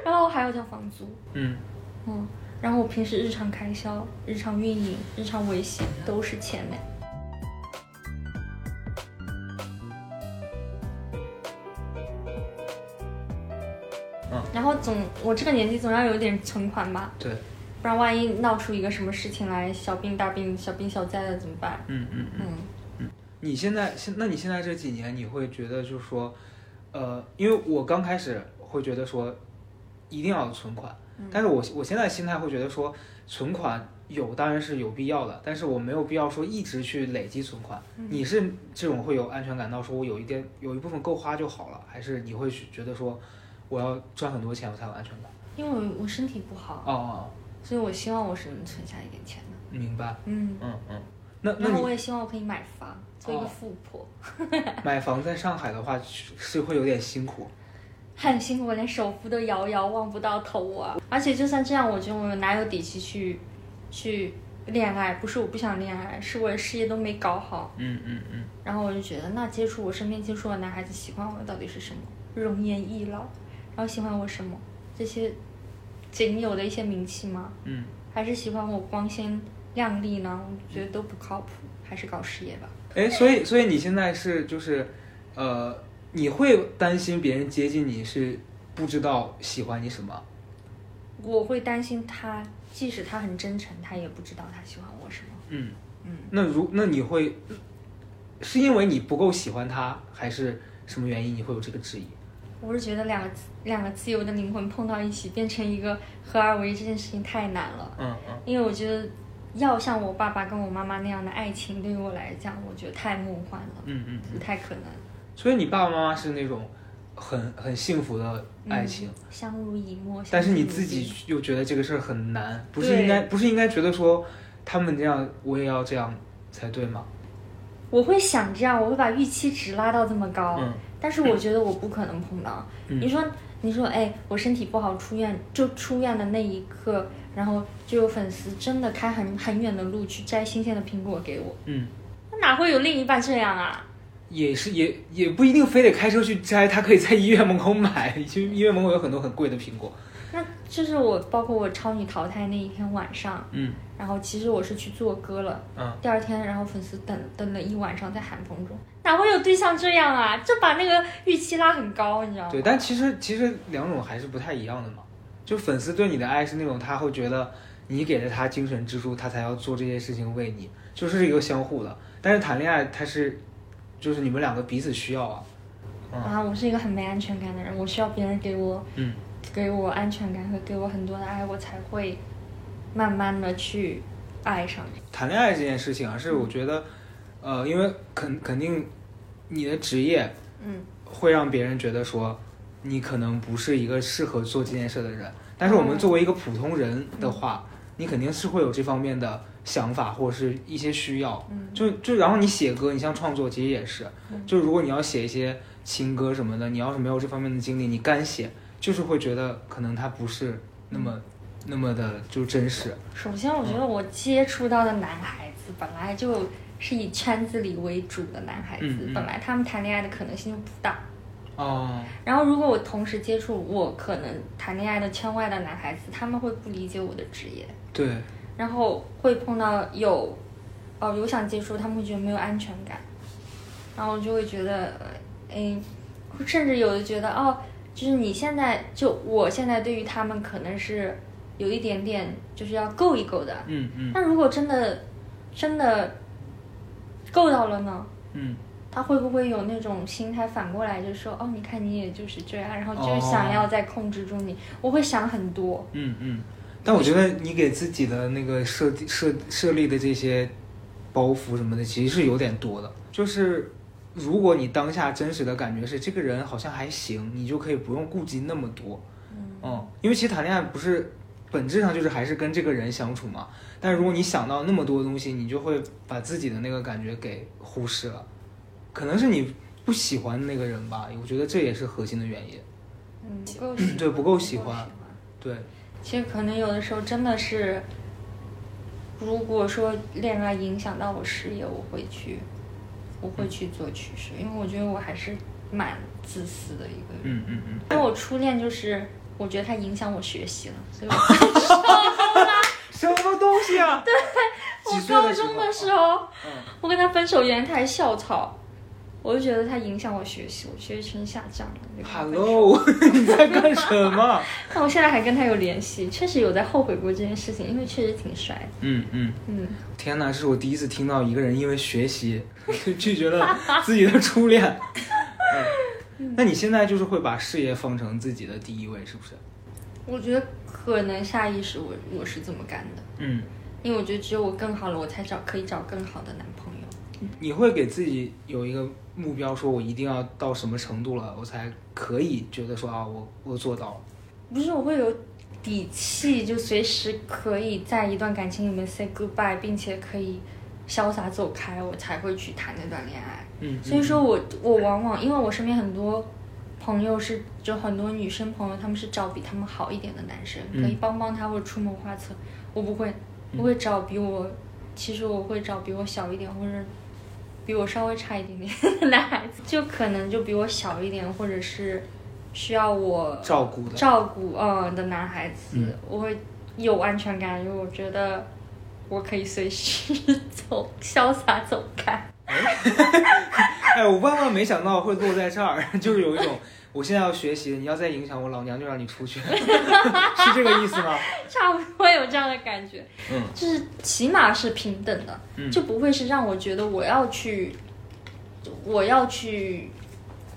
Speaker 2: 然后还要交房租，
Speaker 1: 嗯，
Speaker 2: 嗯，然后我平时日常开销、日常运营、日常维系都是钱嘞。
Speaker 1: 嗯
Speaker 2: 然后总我这个年纪总要有一点存款吧，
Speaker 1: 对，
Speaker 2: 不然万一闹出一个什么事情来，小病大病、小病小灾的怎么办？
Speaker 1: 嗯嗯嗯。
Speaker 2: 嗯，
Speaker 1: 你现在现那你现在这几年，你会觉得就是说，呃，因为我刚开始会觉得说，一定要有存款，
Speaker 2: 嗯
Speaker 1: 但是我我现在心态会觉得说，存款有当然是有必要的，但是我没有必要说一直去累积存款。
Speaker 2: 嗯
Speaker 1: 你是这种会有安全感到说我有一点有一部分够花就好了，还是你会去觉得说，我要赚很多钱我才有安全感？
Speaker 2: 因为我我身体不好，
Speaker 1: 哦哦，
Speaker 2: 所以我希望我是能存下一点钱的。
Speaker 1: 哦明白。
Speaker 2: 嗯，
Speaker 1: 嗯嗯， 那那
Speaker 2: 然后
Speaker 1: 你
Speaker 2: 我也希望我可以买房，做一个
Speaker 1: 哦
Speaker 2: 富婆。
Speaker 1: 买房在上海的话是是会有点辛苦。
Speaker 2: 很辛苦，我连首付都遥遥望不到头啊！而且就算这样，我觉得我哪有底气去去恋爱？不是我不想恋爱，是我的事业都没搞好。
Speaker 1: 嗯嗯嗯
Speaker 2: 然后我就觉得，那接触我身边接触的男孩子喜欢我的到底是什么？容颜易老，然后喜欢我什么？这些仅有的一些名气吗？
Speaker 1: 嗯，
Speaker 2: 还是喜欢我光鲜亮丽呢？我觉得都不靠谱，还是搞事业吧。
Speaker 1: 哎，所以所以你现在是就是，呃，你会担心别人接近你是不知道喜欢你什么？
Speaker 2: 我会担心他，即使他很真诚，他也不知道他喜欢我什么。
Speaker 1: 嗯
Speaker 2: 嗯。
Speaker 1: 那如那你会是因为你不够喜欢他，还是什么原因你会有这个质疑？
Speaker 2: 我是觉得两个自两个自由的灵魂碰到一起，变成一个合二为一这件事情太难了。
Speaker 1: 嗯嗯
Speaker 2: 因为我觉得要像我爸爸跟我妈妈那样的爱情，对于我来讲，我觉得太梦幻了，
Speaker 1: 嗯嗯
Speaker 2: 不
Speaker 1: 嗯。
Speaker 2: 太可能。
Speaker 1: 所以你爸爸妈妈是那种很很幸福的爱情，
Speaker 2: 嗯相濡以沫，
Speaker 1: 但是你
Speaker 2: 相濡以
Speaker 1: 自己又觉得这个事儿很难，不是
Speaker 2: 对
Speaker 1: 应该不是应该觉得说他们这样我也要这样才对吗？
Speaker 2: 沫，我会想这样，我会把预期值拉到这么高，
Speaker 1: 嗯
Speaker 2: 但是我觉得我不可能碰到。
Speaker 1: 嗯
Speaker 2: 你说，你说，哎，我身体不好出院，就出院的那一刻，然后就有粉丝真的开很很远的路去摘新鲜的苹果给我，
Speaker 1: 嗯。
Speaker 2: 那哪会有另一半这样啊？
Speaker 1: 也是也也不一定非得开车去摘，他可以在医院门口买， 其实医院门口有很多很贵的苹果。
Speaker 2: 那就是我，包括我超女淘汰那一天晚上，
Speaker 1: 嗯
Speaker 2: 然后其实我是去做歌了。
Speaker 1: 嗯
Speaker 2: 第二天，然后粉丝等等了一晚上，在寒风中，哪会有对象这样啊？就把那个预期拉很高，你知道吗？
Speaker 1: 对，但其实其实两种还是不太一样的嘛。就粉丝对你的爱是那种他会觉得你给了他精神支柱，他才要做这些事情为你，就是一个相互的。但是谈恋爱，他是就是你们两个彼此需要啊。
Speaker 2: 啊，我是一个很没安全感的人，我需要别人给我
Speaker 1: 嗯
Speaker 2: 给我安全感和给我很多的爱，我才会慢慢的去爱上你。
Speaker 1: 谈恋爱这件事情啊，是我觉得，呃，因为肯肯定你的职业
Speaker 2: 嗯，
Speaker 1: 会让别人觉得说你可能不是一个适合做这件事的人。但是我们作为一个普通人的话，你肯定是会有这方面的想法或者是一些需要。
Speaker 2: 嗯
Speaker 1: 就就然后你写歌，你像创作其实也是
Speaker 2: 嗯，
Speaker 1: 就如果你要写一些情歌什么的，你要是没有这方面的经历，你干写就是会觉得可能它不是那么那么的就真实。
Speaker 2: 首先我觉得我接触到的男孩子本来就是以圈子里为主的男孩子，
Speaker 1: 嗯嗯
Speaker 2: 本来他们谈恋爱的可能性就不大。
Speaker 1: 哦，
Speaker 2: 然后如果我同时接触我可能谈恋爱的圈外的男孩子，他们会不理解我的职业，
Speaker 1: 对，
Speaker 2: 然后会碰到有，哦有想接触，他们会觉得没有安全感，然后就会觉得，哎，甚至有的觉得哦，就是你现在就我现在对于他们可能是有一点点就是要够一够的，
Speaker 1: 嗯嗯
Speaker 2: 那如果真的真的够到了呢？
Speaker 1: 嗯，
Speaker 2: 他会不会有那种心态反过来，就是说，哦，你看你也就是这样，然后
Speaker 1: 哦
Speaker 2: 就想要在控制住你，我会想很多。
Speaker 1: 嗯嗯，但我觉得你给自己的那个设计设设立的这些包袱什么的，其实是有点多的。就是如果你当下真实的感觉是这个人好像还行，你就可以不用顾及那么多。嗯，因为其实谈恋爱不是本质上就是还是跟这个人相处嘛。但如果你想到那么多东西，你就会把自己的那个感觉给忽视了。可能是你不喜欢那个人吧，我觉得这也是核心的原因。
Speaker 2: 嗯，不够喜欢，
Speaker 1: 对不够喜
Speaker 2: 不
Speaker 1: 欢对，
Speaker 2: 其实可能有的时候真的是，如果说恋爱影响到我事业，我会去，我会去做取舍，因为我觉得我还是蛮自私的一个人。
Speaker 1: 嗯嗯嗯。
Speaker 2: 因为我初恋就是，我觉得它影响我学习了，所以我
Speaker 1: 什么东西 啊？对，
Speaker 2: 我高中的时候，
Speaker 1: 嗯
Speaker 2: 我跟他分手原因他还校草，我就觉得他影响我学习，我学习成绩下降了。就跟他分手
Speaker 1: ，Hello，你 在干什么？
Speaker 2: 但我现在还跟他有联系，确实有在后悔过这件事情，因为确实挺帅的。
Speaker 1: 嗯嗯，
Speaker 2: 嗯，
Speaker 1: 天哪，这是我第一次听到一个人因为学 习就拒绝了自己的初 恋。嗯，那你现在就是会把事业放成自己的第一位，是不是？
Speaker 2: 我觉得可能下意识我我是这么干的，
Speaker 1: 嗯，
Speaker 2: 因为我觉得只有我更好了，我才找可以找更好的男朋友。
Speaker 1: 你会给自己有一个目标，说我一定要到什么程度了，我才可以觉得说啊，我我做到了。
Speaker 2: 不是我会有底气，就随时可以在一段感情里面 say goodbye，并且可以潇洒走开，我才会去谈那段恋爱。
Speaker 1: 嗯，
Speaker 2: 所以说我我往往因为我身边很多朋友是就很多女生朋友，他们是找比他们好一点的男生，
Speaker 1: 嗯
Speaker 2: 可以帮帮他或者出谋划策。我不会，我会找比我，其实我会找比我小一点或者比我稍微差一点点的男孩子，就可能就比我小一点，或者是需要我
Speaker 1: 嗯照顾的，
Speaker 2: 照顾嗯的男孩子，
Speaker 1: 嗯
Speaker 2: 我会有安全感，因为我觉得我可以随时 走，潇洒走开。
Speaker 1: 哎，我万万没想到会落在这儿， 就是有一种我现在要学习，你要再影响我，老娘就让你出去， 是这个意思吗？
Speaker 2: 差不多有这样的感觉，
Speaker 1: 嗯，
Speaker 2: 就是起码是平等的，
Speaker 1: 嗯
Speaker 2: 就不会是让我觉得我要去，我要去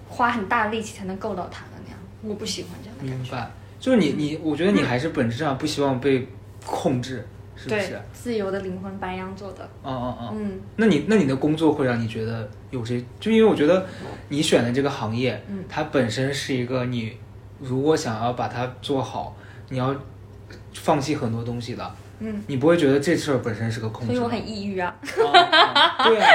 Speaker 2: 花很大力气才能够到他的那样，我不喜欢这样的感
Speaker 1: 明
Speaker 2: 觉。
Speaker 1: 白。就是你你，我觉得你还是本质上不希望被控制，是不是
Speaker 2: 对？，自由的灵魂，白羊座的，
Speaker 1: 嗯嗯嗯。
Speaker 2: 嗯
Speaker 1: 那你那你的工作会让你觉得有些，就因为我觉得你选的这个行业，
Speaker 2: 嗯
Speaker 1: 它本身是一个你如果想要把它做好，你要放弃很多东西的，
Speaker 2: 嗯，
Speaker 1: 你不会觉得这事儿本身是个控
Speaker 2: 所
Speaker 1: 制
Speaker 2: 以
Speaker 1: 吗。
Speaker 2: 我很抑郁啊，
Speaker 1: 啊对啊，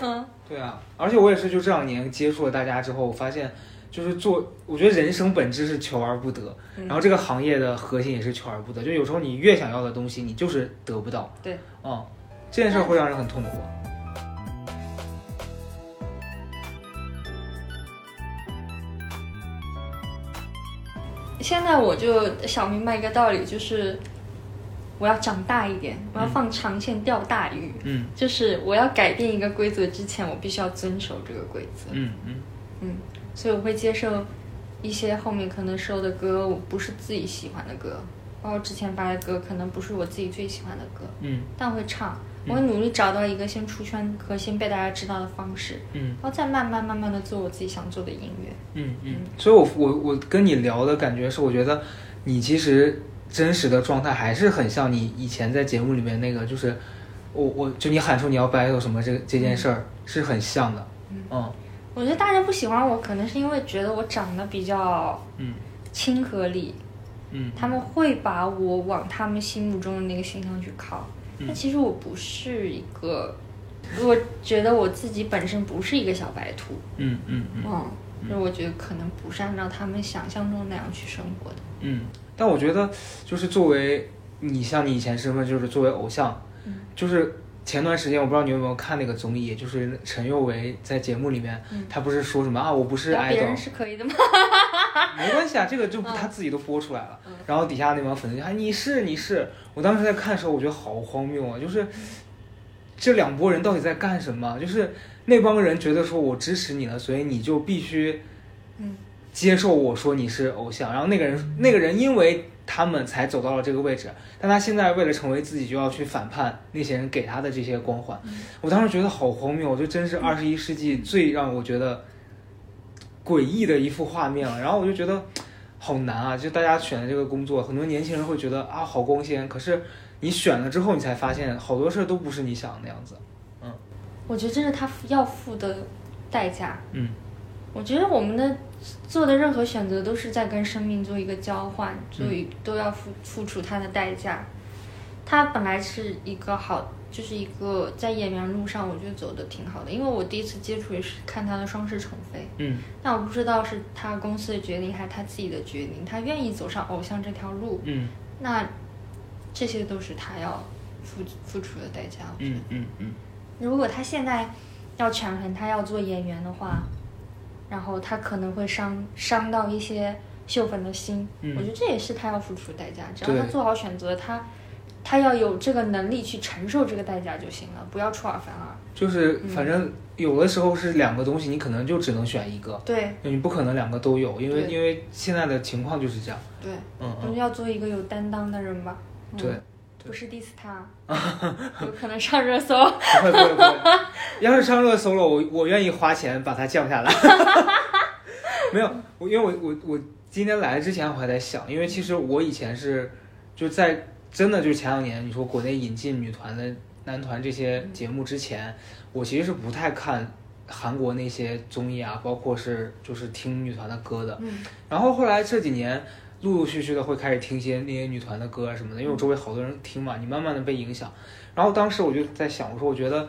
Speaker 2: 嗯，
Speaker 1: 对啊，而且我也是就这两年接触了大家之后，我发现就是做，我觉得人生本质是求而不得，
Speaker 2: 嗯
Speaker 1: 然后这个行业的核心也是求而不得，就有时候你越想要的东西，你就是得不到。
Speaker 2: 对，
Speaker 1: 嗯，这件事儿会让人很痛苦。
Speaker 2: 现在我就想明白一个道理，就是我要长大一点，我要放长线钓大鱼。
Speaker 1: 嗯
Speaker 2: 就是我要改变一个规则之前，我必须要遵守这个规则。
Speaker 1: 嗯嗯
Speaker 2: 嗯，所以我会接受一些后面可能收的歌，我不是自己喜欢的歌，包括之前发的歌，可能不是我自己最喜欢的歌，
Speaker 1: 嗯
Speaker 2: 但我会唱，我会努力找到一个先出圈和先被大家知道的方式，
Speaker 1: 嗯
Speaker 2: 然后再慢慢慢慢的做我自己想做的音乐。
Speaker 1: 嗯嗯。所以我我我跟你聊的感觉是，我觉得你其实真实的状态还是很像你以前在节目里面那个，就是我我就你喊出你要 battle 什么这这件事儿是很像的。嗯
Speaker 2: 我觉得大家不喜欢我，可能是因为觉得我长得比较
Speaker 1: 嗯
Speaker 2: 亲和力，
Speaker 1: 嗯
Speaker 2: 他们会把我往他们心目中的那个形象去靠。但其实我不是一个，我觉得我自己本身不是一个小白兔，
Speaker 1: 嗯嗯嗯
Speaker 2: 嗯，就是我觉得可能不是按照他们想象中那样去生活的。
Speaker 1: 嗯。但嗯我觉得，就是作为你像你以前身份，就是作为偶像，就是前段时间我不知道你有没有看那个综艺，就是陈宥维在节目里面，
Speaker 2: 嗯
Speaker 1: 他不是说什么啊，我不是
Speaker 2: 聊别
Speaker 1: idol，
Speaker 2: 人是可以的吗？
Speaker 1: 没关系啊，这个就
Speaker 2: 嗯
Speaker 1: 他自己都播出来了。
Speaker 2: 嗯
Speaker 1: 然后底下那帮粉丝就喊你是你是，我当时在看的时候，我觉得好荒谬啊！就是这两拨人到底在干什么？啊就是那帮人觉得说我支持你了，所以你就必须
Speaker 2: 嗯
Speaker 1: 接受我说你是偶像。然后那个人那个人因为他们才走到了这个位置，但他现在为了成为自己，就要去反叛那些人给他的这些光环。我当时觉得好荒谬，就真是二十一世纪最让我觉得诡异的一幅画面了。然后我就觉得好难啊，就大家选的这个工作，很多年轻人会觉得啊好光鲜，可是你选了之后，你才发现好多事儿都不是你想的那样子。
Speaker 2: 我觉得这是他要付的代价。
Speaker 1: 嗯，
Speaker 2: 我觉得我们的做的任何选择都是在跟生命做一个交换，所以都要付付出它的代价。他本来是一个好，就是一个在演员路上，我觉得走的挺好的。因为我第一次接触也是看他的《双世宠妃》，
Speaker 1: 嗯
Speaker 2: 但我不知道是他公司的决定还是他自己的决定，他愿意走上偶像这条路，
Speaker 1: 嗯
Speaker 2: 那这些都是他要付付出的代价。我觉得
Speaker 1: 嗯嗯嗯
Speaker 2: 如果他现在要权衡他要做演员的话，然后他可能会伤伤到一些秀粉的心，
Speaker 1: 嗯
Speaker 2: 我觉得这也是他要付出的代价。只要
Speaker 1: 对
Speaker 2: 他做好选择，他他要有这个能力去承受这个代价就行了，不要出尔反尔。
Speaker 1: 就是
Speaker 2: 嗯
Speaker 1: 反正有的时候是两个东西，你可能就只能选一个，
Speaker 2: 对
Speaker 1: 你不可能两个都有，因为
Speaker 2: 对
Speaker 1: 因为现在的情况就是这样。
Speaker 2: 对，
Speaker 1: 嗯
Speaker 2: 我
Speaker 1: 嗯
Speaker 2: 们，要做一个有担当的人吧。嗯、
Speaker 1: 对。，
Speaker 2: 不是 diss 他，有可能上热搜。
Speaker 1: 不会不会不会，要是上热搜了，我我愿意花钱把它降下来。 没有，我因为我我我今天来之前我还在想，因为其实我以前是就在真的就是前两年你说国内引进女团的男团这些节目之前，我其实是不太看韩国那些综艺啊，包括是就是听女团的歌的。
Speaker 2: 嗯
Speaker 1: 然后后来这几年陆陆续续的会开始听一些那些女团的歌啊什么的，因为我周围好多人听嘛，你慢慢的被影响。然后当时我就在想，我说我觉得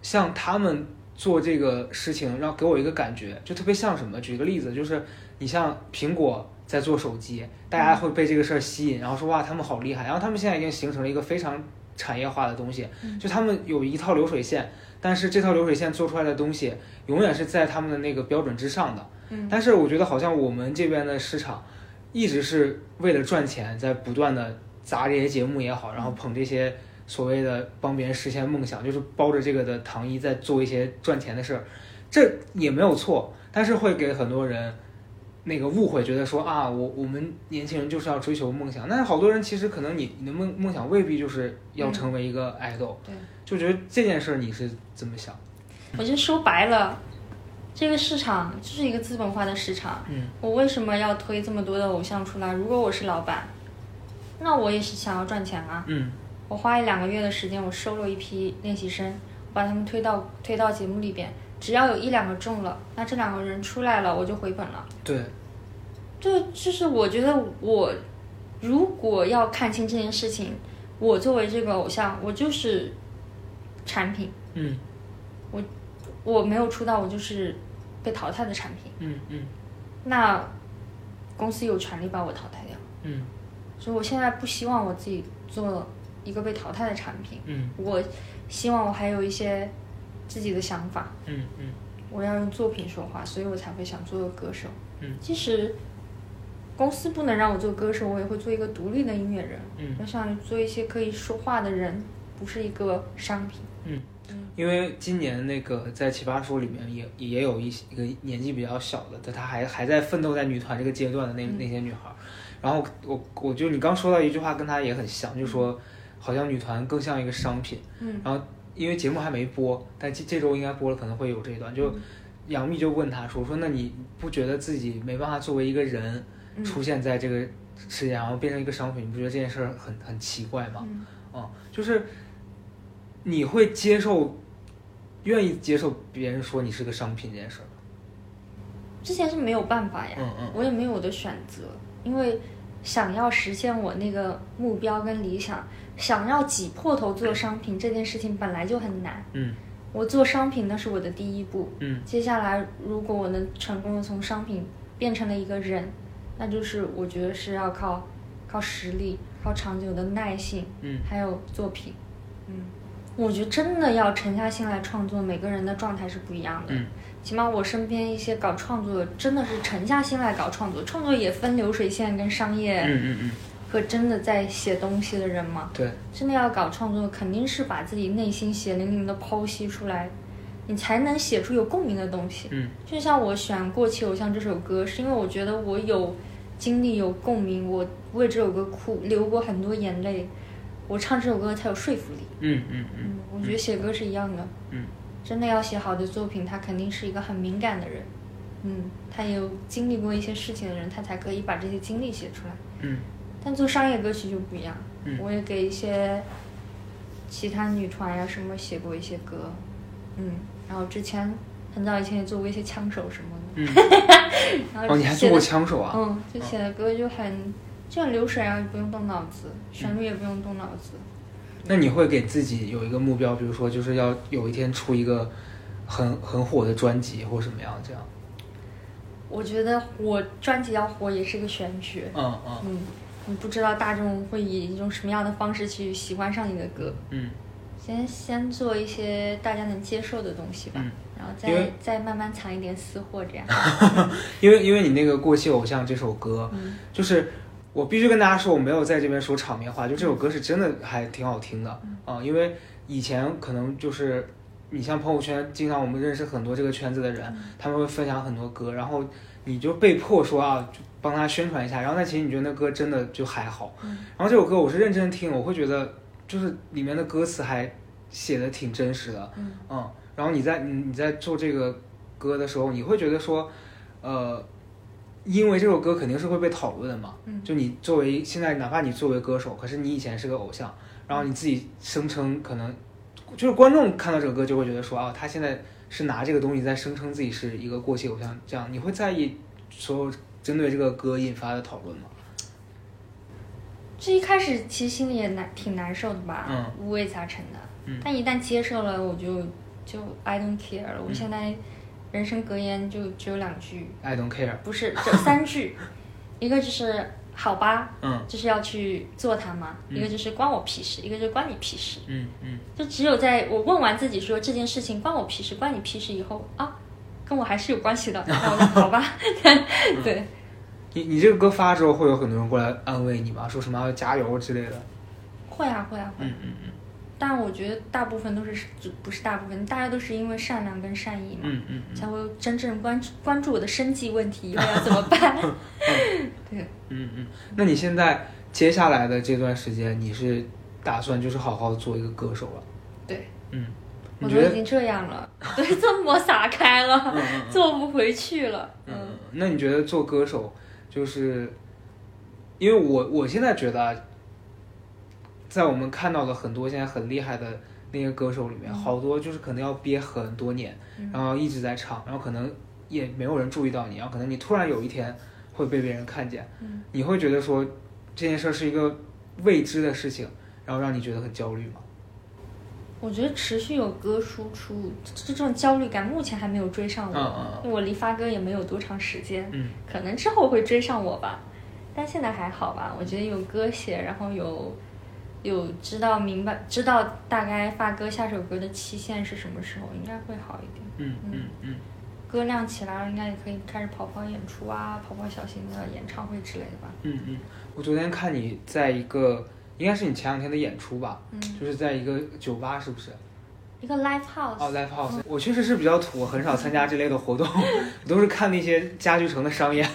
Speaker 1: 像他们做这个事情，让给我一个感觉，就特别像什么？举个例子，就是你像苹果在做手机，大家会被这个事儿吸引，然后说哇他们好厉害，然后他们现在已经形成了一个非常产业化的东西，
Speaker 2: 嗯
Speaker 1: 就他们有一套流水线，但是这套流水线做出来的东西永远是在他们的那个标准之上的。
Speaker 2: 嗯，
Speaker 1: 但是我觉得好像我们这边的市场，一直是为了赚钱，在不断的砸这些节目也好，然后捧这些所谓的帮别人实现梦想，就是包着这个的糖衣在做一些赚钱的事儿，这也没有错，但是会给很多人。那个误会，觉得说啊，我我们年轻人就是要追求梦想，但是好多人其实可能你你的梦梦想未必就是要
Speaker 2: 嗯
Speaker 1: 成为一个 idol，、
Speaker 2: 对
Speaker 1: 就觉得这件事儿你是怎么想？
Speaker 2: 我觉得说白了，这个市场就是一个资本化的市场。
Speaker 1: 嗯
Speaker 2: 我为什么要推这么多的偶像出来？如果我是老板，那我也是想要赚钱啊。
Speaker 1: 嗯
Speaker 2: 我花一两个月的时间，我收了一批练习生，我把他们推到推到节目里边，只要有一两个中了，那这两个人出来了，我就回本了。
Speaker 1: 对，
Speaker 2: 这就是我觉得我如果要看清这件事情，我作为这个偶像，我就是产品，
Speaker 1: 嗯
Speaker 2: 我没有出道，我就是被淘汰的产品。
Speaker 1: 嗯嗯
Speaker 2: 那公司有权利把我淘汰掉，
Speaker 1: 嗯
Speaker 2: 所以我现在不希望我自己做一个被淘汰的产品，
Speaker 1: 嗯
Speaker 2: 我希望我还有一些自己的想法，
Speaker 1: 嗯嗯
Speaker 2: 我要用作品说话，所以我才会想做个歌手。
Speaker 1: 嗯，
Speaker 2: 即使公司不能让我做歌手，我也会做一个独立的音乐人，
Speaker 1: 嗯。
Speaker 2: 我想做一些可以说话的人，不是一个商品。
Speaker 1: 因为今年那个在《奇葩说》里面也也有一些一个年纪比较小的，但她还还在奋斗在女团这个阶段的那
Speaker 2: 嗯
Speaker 1: 那些女孩儿，然后我我就你刚说到一句话跟她也很像，就说好像女团更像一个商品，
Speaker 2: 嗯
Speaker 1: 因为节目还没播，但这这周应该播了，可能会有这一段。就杨幂就问她说说那你不觉得自己没办法作为一个人
Speaker 2: 嗯
Speaker 1: 出现在这个世界上，然后变成一个商品，你不觉得这件事儿很很奇怪吗？
Speaker 2: 嗯
Speaker 1: 嗯，就是你会接受，愿意接受别人说你是个商品这件事儿吗。
Speaker 2: 之前是没有办法呀。
Speaker 1: 嗯嗯
Speaker 2: 我也没有我的选择，因为想要实现我那个目标跟理想，想要挤破头做商品这件事情本来就很难。
Speaker 1: 嗯
Speaker 2: 我做商品那是我的第一步，
Speaker 1: 嗯
Speaker 2: 接下来如果我能成功的从商品变成了一个人，那就是我觉得是要靠靠实力、靠长久的耐性，
Speaker 1: 嗯，
Speaker 2: 还有作品。嗯，我觉得真的要沉下心来创作，每个人的状态是不一样的。
Speaker 1: 嗯
Speaker 2: 起码我身边一些搞创作的，真的是沉下心来搞创作，创作也分流水线跟商业
Speaker 1: 嗯嗯嗯，
Speaker 2: 和真的在写东西的人嘛。
Speaker 1: 对，
Speaker 2: 真的要搞创作，肯定是把自己内心血淋淋的剖析出来，你才能写出有共鸣的东西。
Speaker 1: 嗯
Speaker 2: 就像我选《过气偶像》这首歌，是因为我觉得我有经历、有共鸣，我为这首歌哭，流过很多眼泪，我唱这首歌才有说服力。
Speaker 1: 嗯嗯嗯
Speaker 2: 嗯，我觉得写歌是一样的。
Speaker 1: 嗯，
Speaker 2: 真的要写好的作品，他肯定是一个很敏感的人。嗯，他也有经历过一些事情的人，他才可以把这些经历写出来。
Speaker 1: 嗯
Speaker 2: 但做商业歌曲就不一样。
Speaker 1: 嗯
Speaker 2: 我也给一些其他女团呀、啊什么写过一些歌，嗯，然后之前很早以前也做过一些枪手什么的，
Speaker 1: 嗯。
Speaker 2: 然后
Speaker 1: 哦，你还做
Speaker 2: 写的
Speaker 1: 过枪手啊？
Speaker 2: 嗯，就写的歌就很就很流水啊，不用动脑子，旋律也不用动脑子。
Speaker 1: 那你会给自己有一个目标，比如说就是要有一天出一个很很火的专辑或什么样这样？
Speaker 2: 我觉得我专辑要火也是个玄学，
Speaker 1: 嗯嗯
Speaker 2: 嗯，你不知道大众会以一种什么样的方式去喜欢上你的歌，
Speaker 1: 嗯
Speaker 2: 先先做一些大家能接受的东西吧，
Speaker 1: 嗯
Speaker 2: 然后
Speaker 1: 因
Speaker 2: 再
Speaker 1: 为啊
Speaker 2: 再慢慢藏一点私货，这样。
Speaker 1: 因为因为你那个《过气偶像》这首歌，
Speaker 2: 嗯
Speaker 1: 就是我必须跟大家说，我没有在这边说场面话，就这首歌是真的还挺好听的啊、因为以前可能就是你像朋友圈，经常我们认识很多这个圈子的人，他们会分享很多歌，然后你就被迫说啊，就帮他宣传一下，然后但其实你觉得那歌真的就还好，
Speaker 2: 嗯
Speaker 1: 然后这首歌我是认真听，我会觉得就是里面的歌词还写的挺真实的，
Speaker 2: 嗯
Speaker 1: 嗯，然后你在你你在做这个歌的时候，你会觉得说，呃，因为这首歌肯定是会被讨论的嘛，
Speaker 2: 嗯
Speaker 1: 就你作为现在，哪怕你作为歌手，可是你以前是个偶像，然后你自己声称可能，就是观众看到这个歌就会觉得说啊，他现在是拿这个东西在声称自己是一个过气偶像，这样你会在意所有针对这个歌引发的讨论吗？
Speaker 2: 这一开始其实心里也难，挺难受的吧，
Speaker 1: 嗯
Speaker 2: 五味杂陈的。
Speaker 1: 嗯
Speaker 2: 但一旦接受了，我就就 I don't care 了。我
Speaker 1: 嗯
Speaker 2: 现在人生格言就只有两句，
Speaker 1: I don't care。
Speaker 2: 不是这三句，一个就是好吧，
Speaker 1: 嗯
Speaker 2: 就是要去做它嘛；
Speaker 1: 嗯
Speaker 2: 一个就是关我屁事，一个就是关你屁事。
Speaker 1: 嗯嗯
Speaker 2: 就只有在我问完自己说这件事情关我屁事，关你屁事以后啊，跟我还是有关系的，那我就 好吧。 对，
Speaker 1: 嗯你你这个歌发之后，会有很多人过来安慰你吗？说什么要加油之类的？
Speaker 2: 会啊会啊会啊。
Speaker 1: 嗯嗯嗯
Speaker 2: 但我觉得大部分都是就不是大部分，大家都是因为善良跟善意嘛，
Speaker 1: 嗯嗯嗯
Speaker 2: 才会真正关注关注我的生计问题以后 要怎么办。对，
Speaker 1: 嗯嗯。那你现在接下来的这段时间，你是打算就是好好做一个歌手了？
Speaker 2: 对，
Speaker 1: 嗯，
Speaker 2: 我
Speaker 1: 你
Speaker 2: 都
Speaker 1: 觉
Speaker 2: 已
Speaker 1: 得？
Speaker 2: 经这样了，对，这么撒开了， 做不回去了。嗯
Speaker 1: 嗯，那你觉得做歌手就是，因为我我现在觉得啊，在我们看到的很多现在很厉害的那些歌手里
Speaker 2: 嗯
Speaker 1: 面，好多就是可能要憋很多年。然后一直在唱，然后可能也没有人注意到你，然后可能你突然有一天会被别人看见，
Speaker 2: 嗯
Speaker 1: 你会觉得说这件事儿是一个未知的事情，然后让你觉得很焦虑吗？
Speaker 2: 我觉得持续有歌输出，这这种焦虑感目前还没有追上
Speaker 1: 嗯
Speaker 2: 我。
Speaker 1: 嗯
Speaker 2: 我离发哥也没有多长时间，
Speaker 1: 嗯
Speaker 2: 可能之后会追上我吧，但现在还好吧。我觉得有歌写，然后有有知道明白，知道大概发哥下首歌的期限是什么时候，应该会好一点。
Speaker 1: 嗯嗯嗯
Speaker 2: 歌量起来了，应该也可以开始跑跑演出啊，跑跑小型的演唱会之类的吧。
Speaker 1: 嗯嗯。我昨天看你在一个，应该是你前两天的演出吧，
Speaker 2: 嗯，
Speaker 1: 就是在一个酒吧，是不是？
Speaker 2: 一个 live house，、
Speaker 1: 哦，live house。我确实是比较土，我很少参加这类的活 动，我都是看那些家具城的商 演。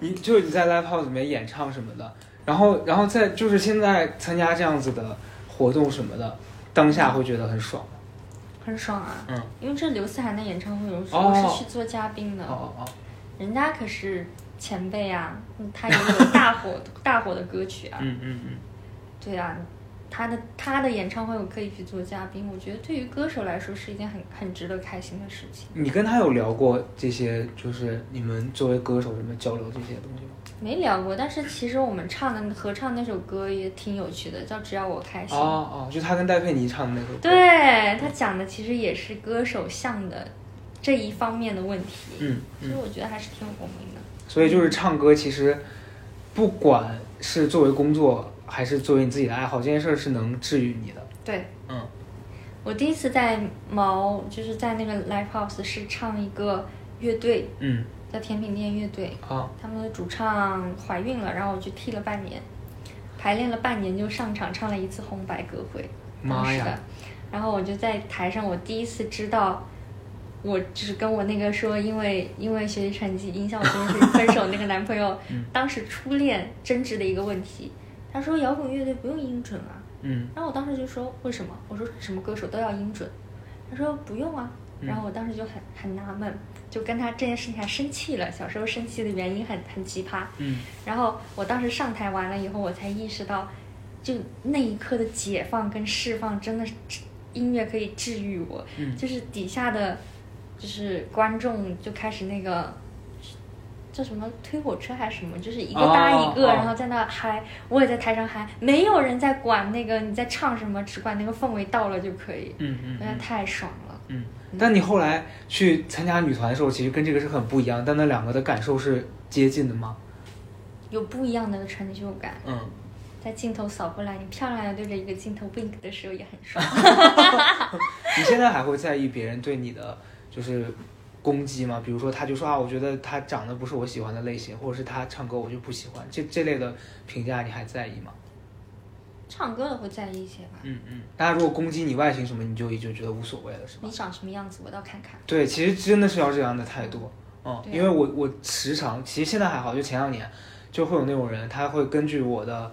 Speaker 1: 你就是你在 live house 里面演唱什么的，然后然后在就是现在参加这样子的活动什么的，当下会觉得很爽。
Speaker 2: 很爽啊。
Speaker 1: 嗯，
Speaker 2: 因为这刘思涵的演唱会，我是、
Speaker 1: 哦
Speaker 2: 我是去做嘉宾的。
Speaker 1: 哦哦哦，
Speaker 2: 人家可是前辈啊，嗯他也有大火大火的歌曲啊，
Speaker 1: 嗯嗯嗯
Speaker 2: 对啊，他的他的演唱会我可以去做嘉宾，我觉得对于歌手来说是一件很很值得开心的事情。
Speaker 1: 你跟他有聊过这些，就是你们作为歌手什么交流这些东西吗？
Speaker 2: 没聊过，但是其实我们唱的合唱那首歌也挺有趣的，叫《只要我开心》。
Speaker 1: 哦哦，就他跟戴佩妮唱的那首歌。
Speaker 2: 对他讲的其实也是歌手向的这一方面的问题，
Speaker 1: 嗯
Speaker 2: 所以
Speaker 1: 嗯，
Speaker 2: 我觉得还是挺有共鸣的。
Speaker 1: 所以就是唱歌，其实不管是作为工作还是作为你自己的爱好，这件事儿是能治愈你的。
Speaker 2: 对，
Speaker 1: 嗯，
Speaker 2: 我第一次在毛就是在那个 live house 是唱一个乐队
Speaker 1: 嗯，
Speaker 2: 叫甜品店乐队，
Speaker 1: 好，
Speaker 2: 他们的主唱怀孕了，然后我去替了半年，排练了半年就上场唱了一次《红白歌会》，
Speaker 1: 妈
Speaker 2: 当时的
Speaker 1: 呀，！
Speaker 2: 然后我就在台上，我第一次知道，我就是跟我那个说，因为因为学习成绩影响我这件事情分手那个男 朋友，
Speaker 1: 嗯
Speaker 2: 当时初恋争执的一个问题。他说摇滚乐队不用音准啊，
Speaker 1: 嗯
Speaker 2: 然后我当时就说为什么？我说什么歌手都要音准，他说不用啊。然后我当时就很很纳闷，就跟他这件事情还生气了。小时候生气的原因很很奇葩。
Speaker 1: 嗯，
Speaker 2: 然后我当时上台完了以后，我才意识到，就那一刻的解放跟释放，真的是音乐可以治愈我。
Speaker 1: 嗯
Speaker 2: 就是底下的，就是观众就开始那个。叫什么推火车还是什么，就是一个搭一个，
Speaker 1: 哦哦
Speaker 2: 然后在那嗨，我也在台上嗨，没有人在管那个你在唱什么，只管那个氛围到了就可以，
Speaker 1: 嗯嗯
Speaker 2: 真的
Speaker 1: 嗯
Speaker 2: 太爽了。
Speaker 1: 嗯。但你后来去参加女团的时候，其实跟这个是很不一样，但那两个的感受是接近的吗？
Speaker 2: 有不一样的成就感，
Speaker 1: 嗯，
Speaker 2: 在镜头扫过来，你漂亮的对着一个镜头 wink 的时候也很爽。
Speaker 1: 你现在还会在意别人对你的就是攻击吗？比如说，他就说啊，我觉得他长得不是我喜欢的类型，或者是他唱歌我就不喜欢，这这类的评价你还在意吗？
Speaker 2: 唱歌的会在意一些吧？
Speaker 1: 嗯嗯。大家如果攻击你外形什么，你就就觉得无所谓了，是吧
Speaker 2: 你？长什么样子，我倒看看。
Speaker 1: 对，其实真的是要这样的态度。嗯，
Speaker 2: 对啊
Speaker 1: 因为我我时常其实现在还好，就前两年就会有那种人，他会根据我的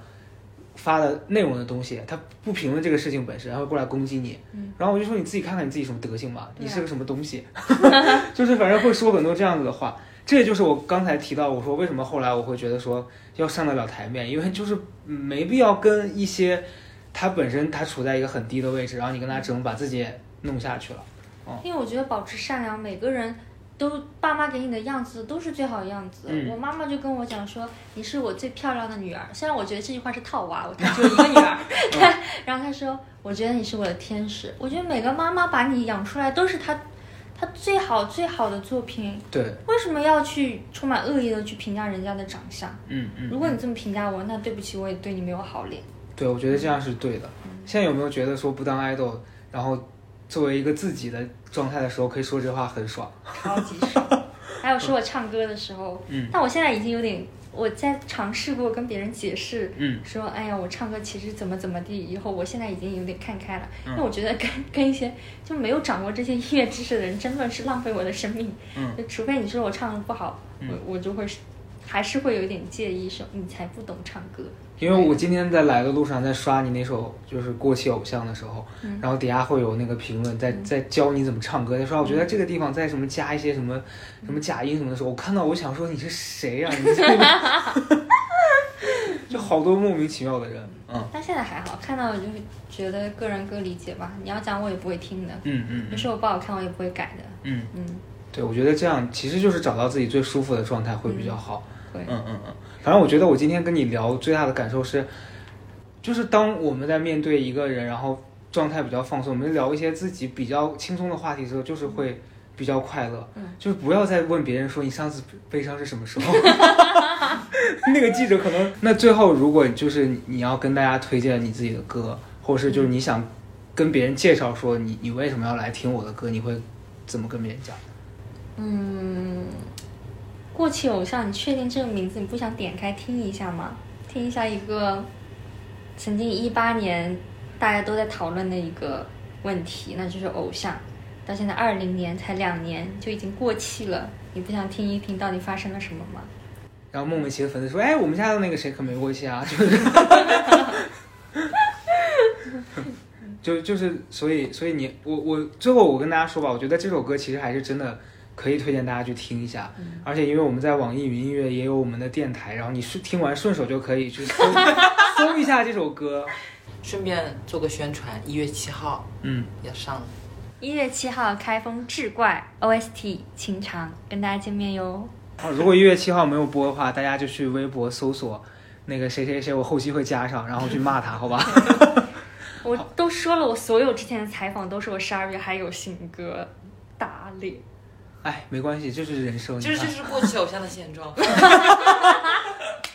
Speaker 1: 发的内容的东西，他不评论这个事情本身，他会过来攻击你。
Speaker 2: 嗯
Speaker 1: 然后我就说你自己看看你自己什么德行吧，
Speaker 2: 对啊
Speaker 1: 你是个什么东 西， 就是反正会说很多这样子的话。这也就是我刚才提到，我说为什么后来我会觉得说要上得了台面，因为就是没必要跟一些他本身他处在一个很低的位置，然后你跟他争，把自己也弄下去了。嗯哦
Speaker 2: 因为我觉得保持善良，每个人都爸妈给你的样子都是最好的样子。
Speaker 1: 嗯
Speaker 2: 我妈妈就跟我讲说：“你是我最漂亮 的女儿。”虽然我觉得这句话是套娃，我她只有一个女儿。
Speaker 1: 嗯
Speaker 2: 她然后她说：“我觉得你是我的天使。”我觉得每个妈妈把你养出来都是她，她最好最好的作品。
Speaker 1: 对，
Speaker 2: 为什么要去充满恶意的去评价人家的长相？
Speaker 1: 嗯嗯。
Speaker 2: 如果你这么评价我，那对不起，我也对你没有好脸。
Speaker 1: 对，我觉得这样是对的。现在有没有觉得说不当爱豆，然后作为一个自己的状态的时候，可以说这话很爽？
Speaker 2: 超级 爽。还有说我唱歌的时候，
Speaker 1: 嗯
Speaker 2: 但我现在已经有点，我在尝试过跟别人解释，
Speaker 1: 嗯
Speaker 2: 说哎呀，我唱歌其实怎么怎么地，以后我现在已经有点看开了，
Speaker 1: 嗯
Speaker 2: 因为我觉得跟 跟一些就没有掌握这些音乐知识的人争论是浪费我的生命，
Speaker 1: 嗯
Speaker 2: 就除非你说我唱的不好，
Speaker 1: 嗯
Speaker 2: 我我就会还是会有一点介意，说你才不懂唱歌，
Speaker 1: 因为我今天在来的路上，在刷你那首就是过气偶像的时候，然后底下会有那个评论在在教你怎么唱歌，在说啊我觉得这个地方在什么加一些什么什么假音什么的时候，我看到我想说你是谁呀、你这个 就好多莫名其妙的人，嗯
Speaker 2: 但现在还好，看到我就会觉得个人各理解吧，你要讲我也不会听的，
Speaker 1: 嗯嗯
Speaker 2: 你说我不好看我也不会改的，
Speaker 1: 嗯，
Speaker 2: 嗯，
Speaker 1: 对，我觉得这样其实就是找到自己最舒服的状态会比较好。
Speaker 2: 对。
Speaker 1: 嗯嗯嗯，反正我觉得我今天跟你聊最大的感受是，就是当我们在面对一个人，然后状态比较放松，我们聊一些自己比较轻松的话题的时候，就是会比较快乐。
Speaker 2: 嗯
Speaker 1: 就是不要再问别人说你上次悲伤是什么时候。 那个记者可能那最后，如果就是你要跟大家推荐你自己的歌，或是就是你想跟别人介绍说你你为什么要来听我的歌，你会怎么跟别人讲？
Speaker 2: 嗯，过气偶像，你确定这个名字你不想点开听一下吗？听一下一个曾经一八年大家都在讨论的一个问题，那就是偶像，到现在二零年才两年就已经过气了，你不想听一听到底发生了什么吗？
Speaker 1: 然后孟美岐的粉丝说：“哎，我们家的那个谁可没过期啊！” 就是，就就是，所以所以你我我最后我跟大家说吧，我觉得这首歌其实还是真的可以推荐大家去听一下，而且因为我们在网易云音乐也有我们的电台，然后你是听完顺手就可以去搜 搜一下这首歌，
Speaker 3: 顺便做个宣传，一月七号
Speaker 1: 嗯，
Speaker 3: 要上
Speaker 2: 一月七号开封志怪 OST 情长跟大家见面哟。
Speaker 1: 啊，如果一月七号没有播的话，大家就去微博搜索那个谁谁谁，我后期会加上，然后去骂他，好吧？
Speaker 2: 我都说了，我所有之前的采访都是我十二月还有新歌，打脸。
Speaker 1: 哎，没关系，这是人生，你
Speaker 3: 就是
Speaker 1: 看
Speaker 3: 这是过气偶像的现状。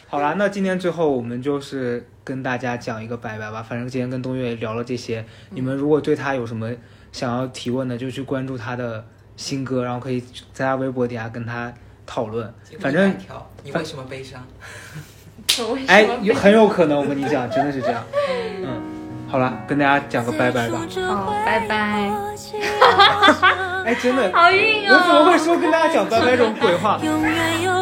Speaker 1: 好啦，那今天最后我们就是跟大家讲一个拜拜吧。反正今天跟东岳聊了这些，你们如果对他有什么想要提问的，就去关注他的新歌，然后可以在他微博底下跟他讨论。
Speaker 3: 嗯
Speaker 1: 反正
Speaker 3: 条，你为什么悲伤？
Speaker 2: 我为什么
Speaker 1: 哎，
Speaker 2: 被
Speaker 1: 有很有可能，我跟你讲，真的是这样。嗯，好了，跟大家讲个拜拜吧。
Speaker 2: 哦拜拜。
Speaker 1: 哎，真的，
Speaker 2: 好硬
Speaker 1: 我怎么
Speaker 2: 哦！
Speaker 1: 会说跟大家讲拜拜这种鬼话？
Speaker 4: 永远有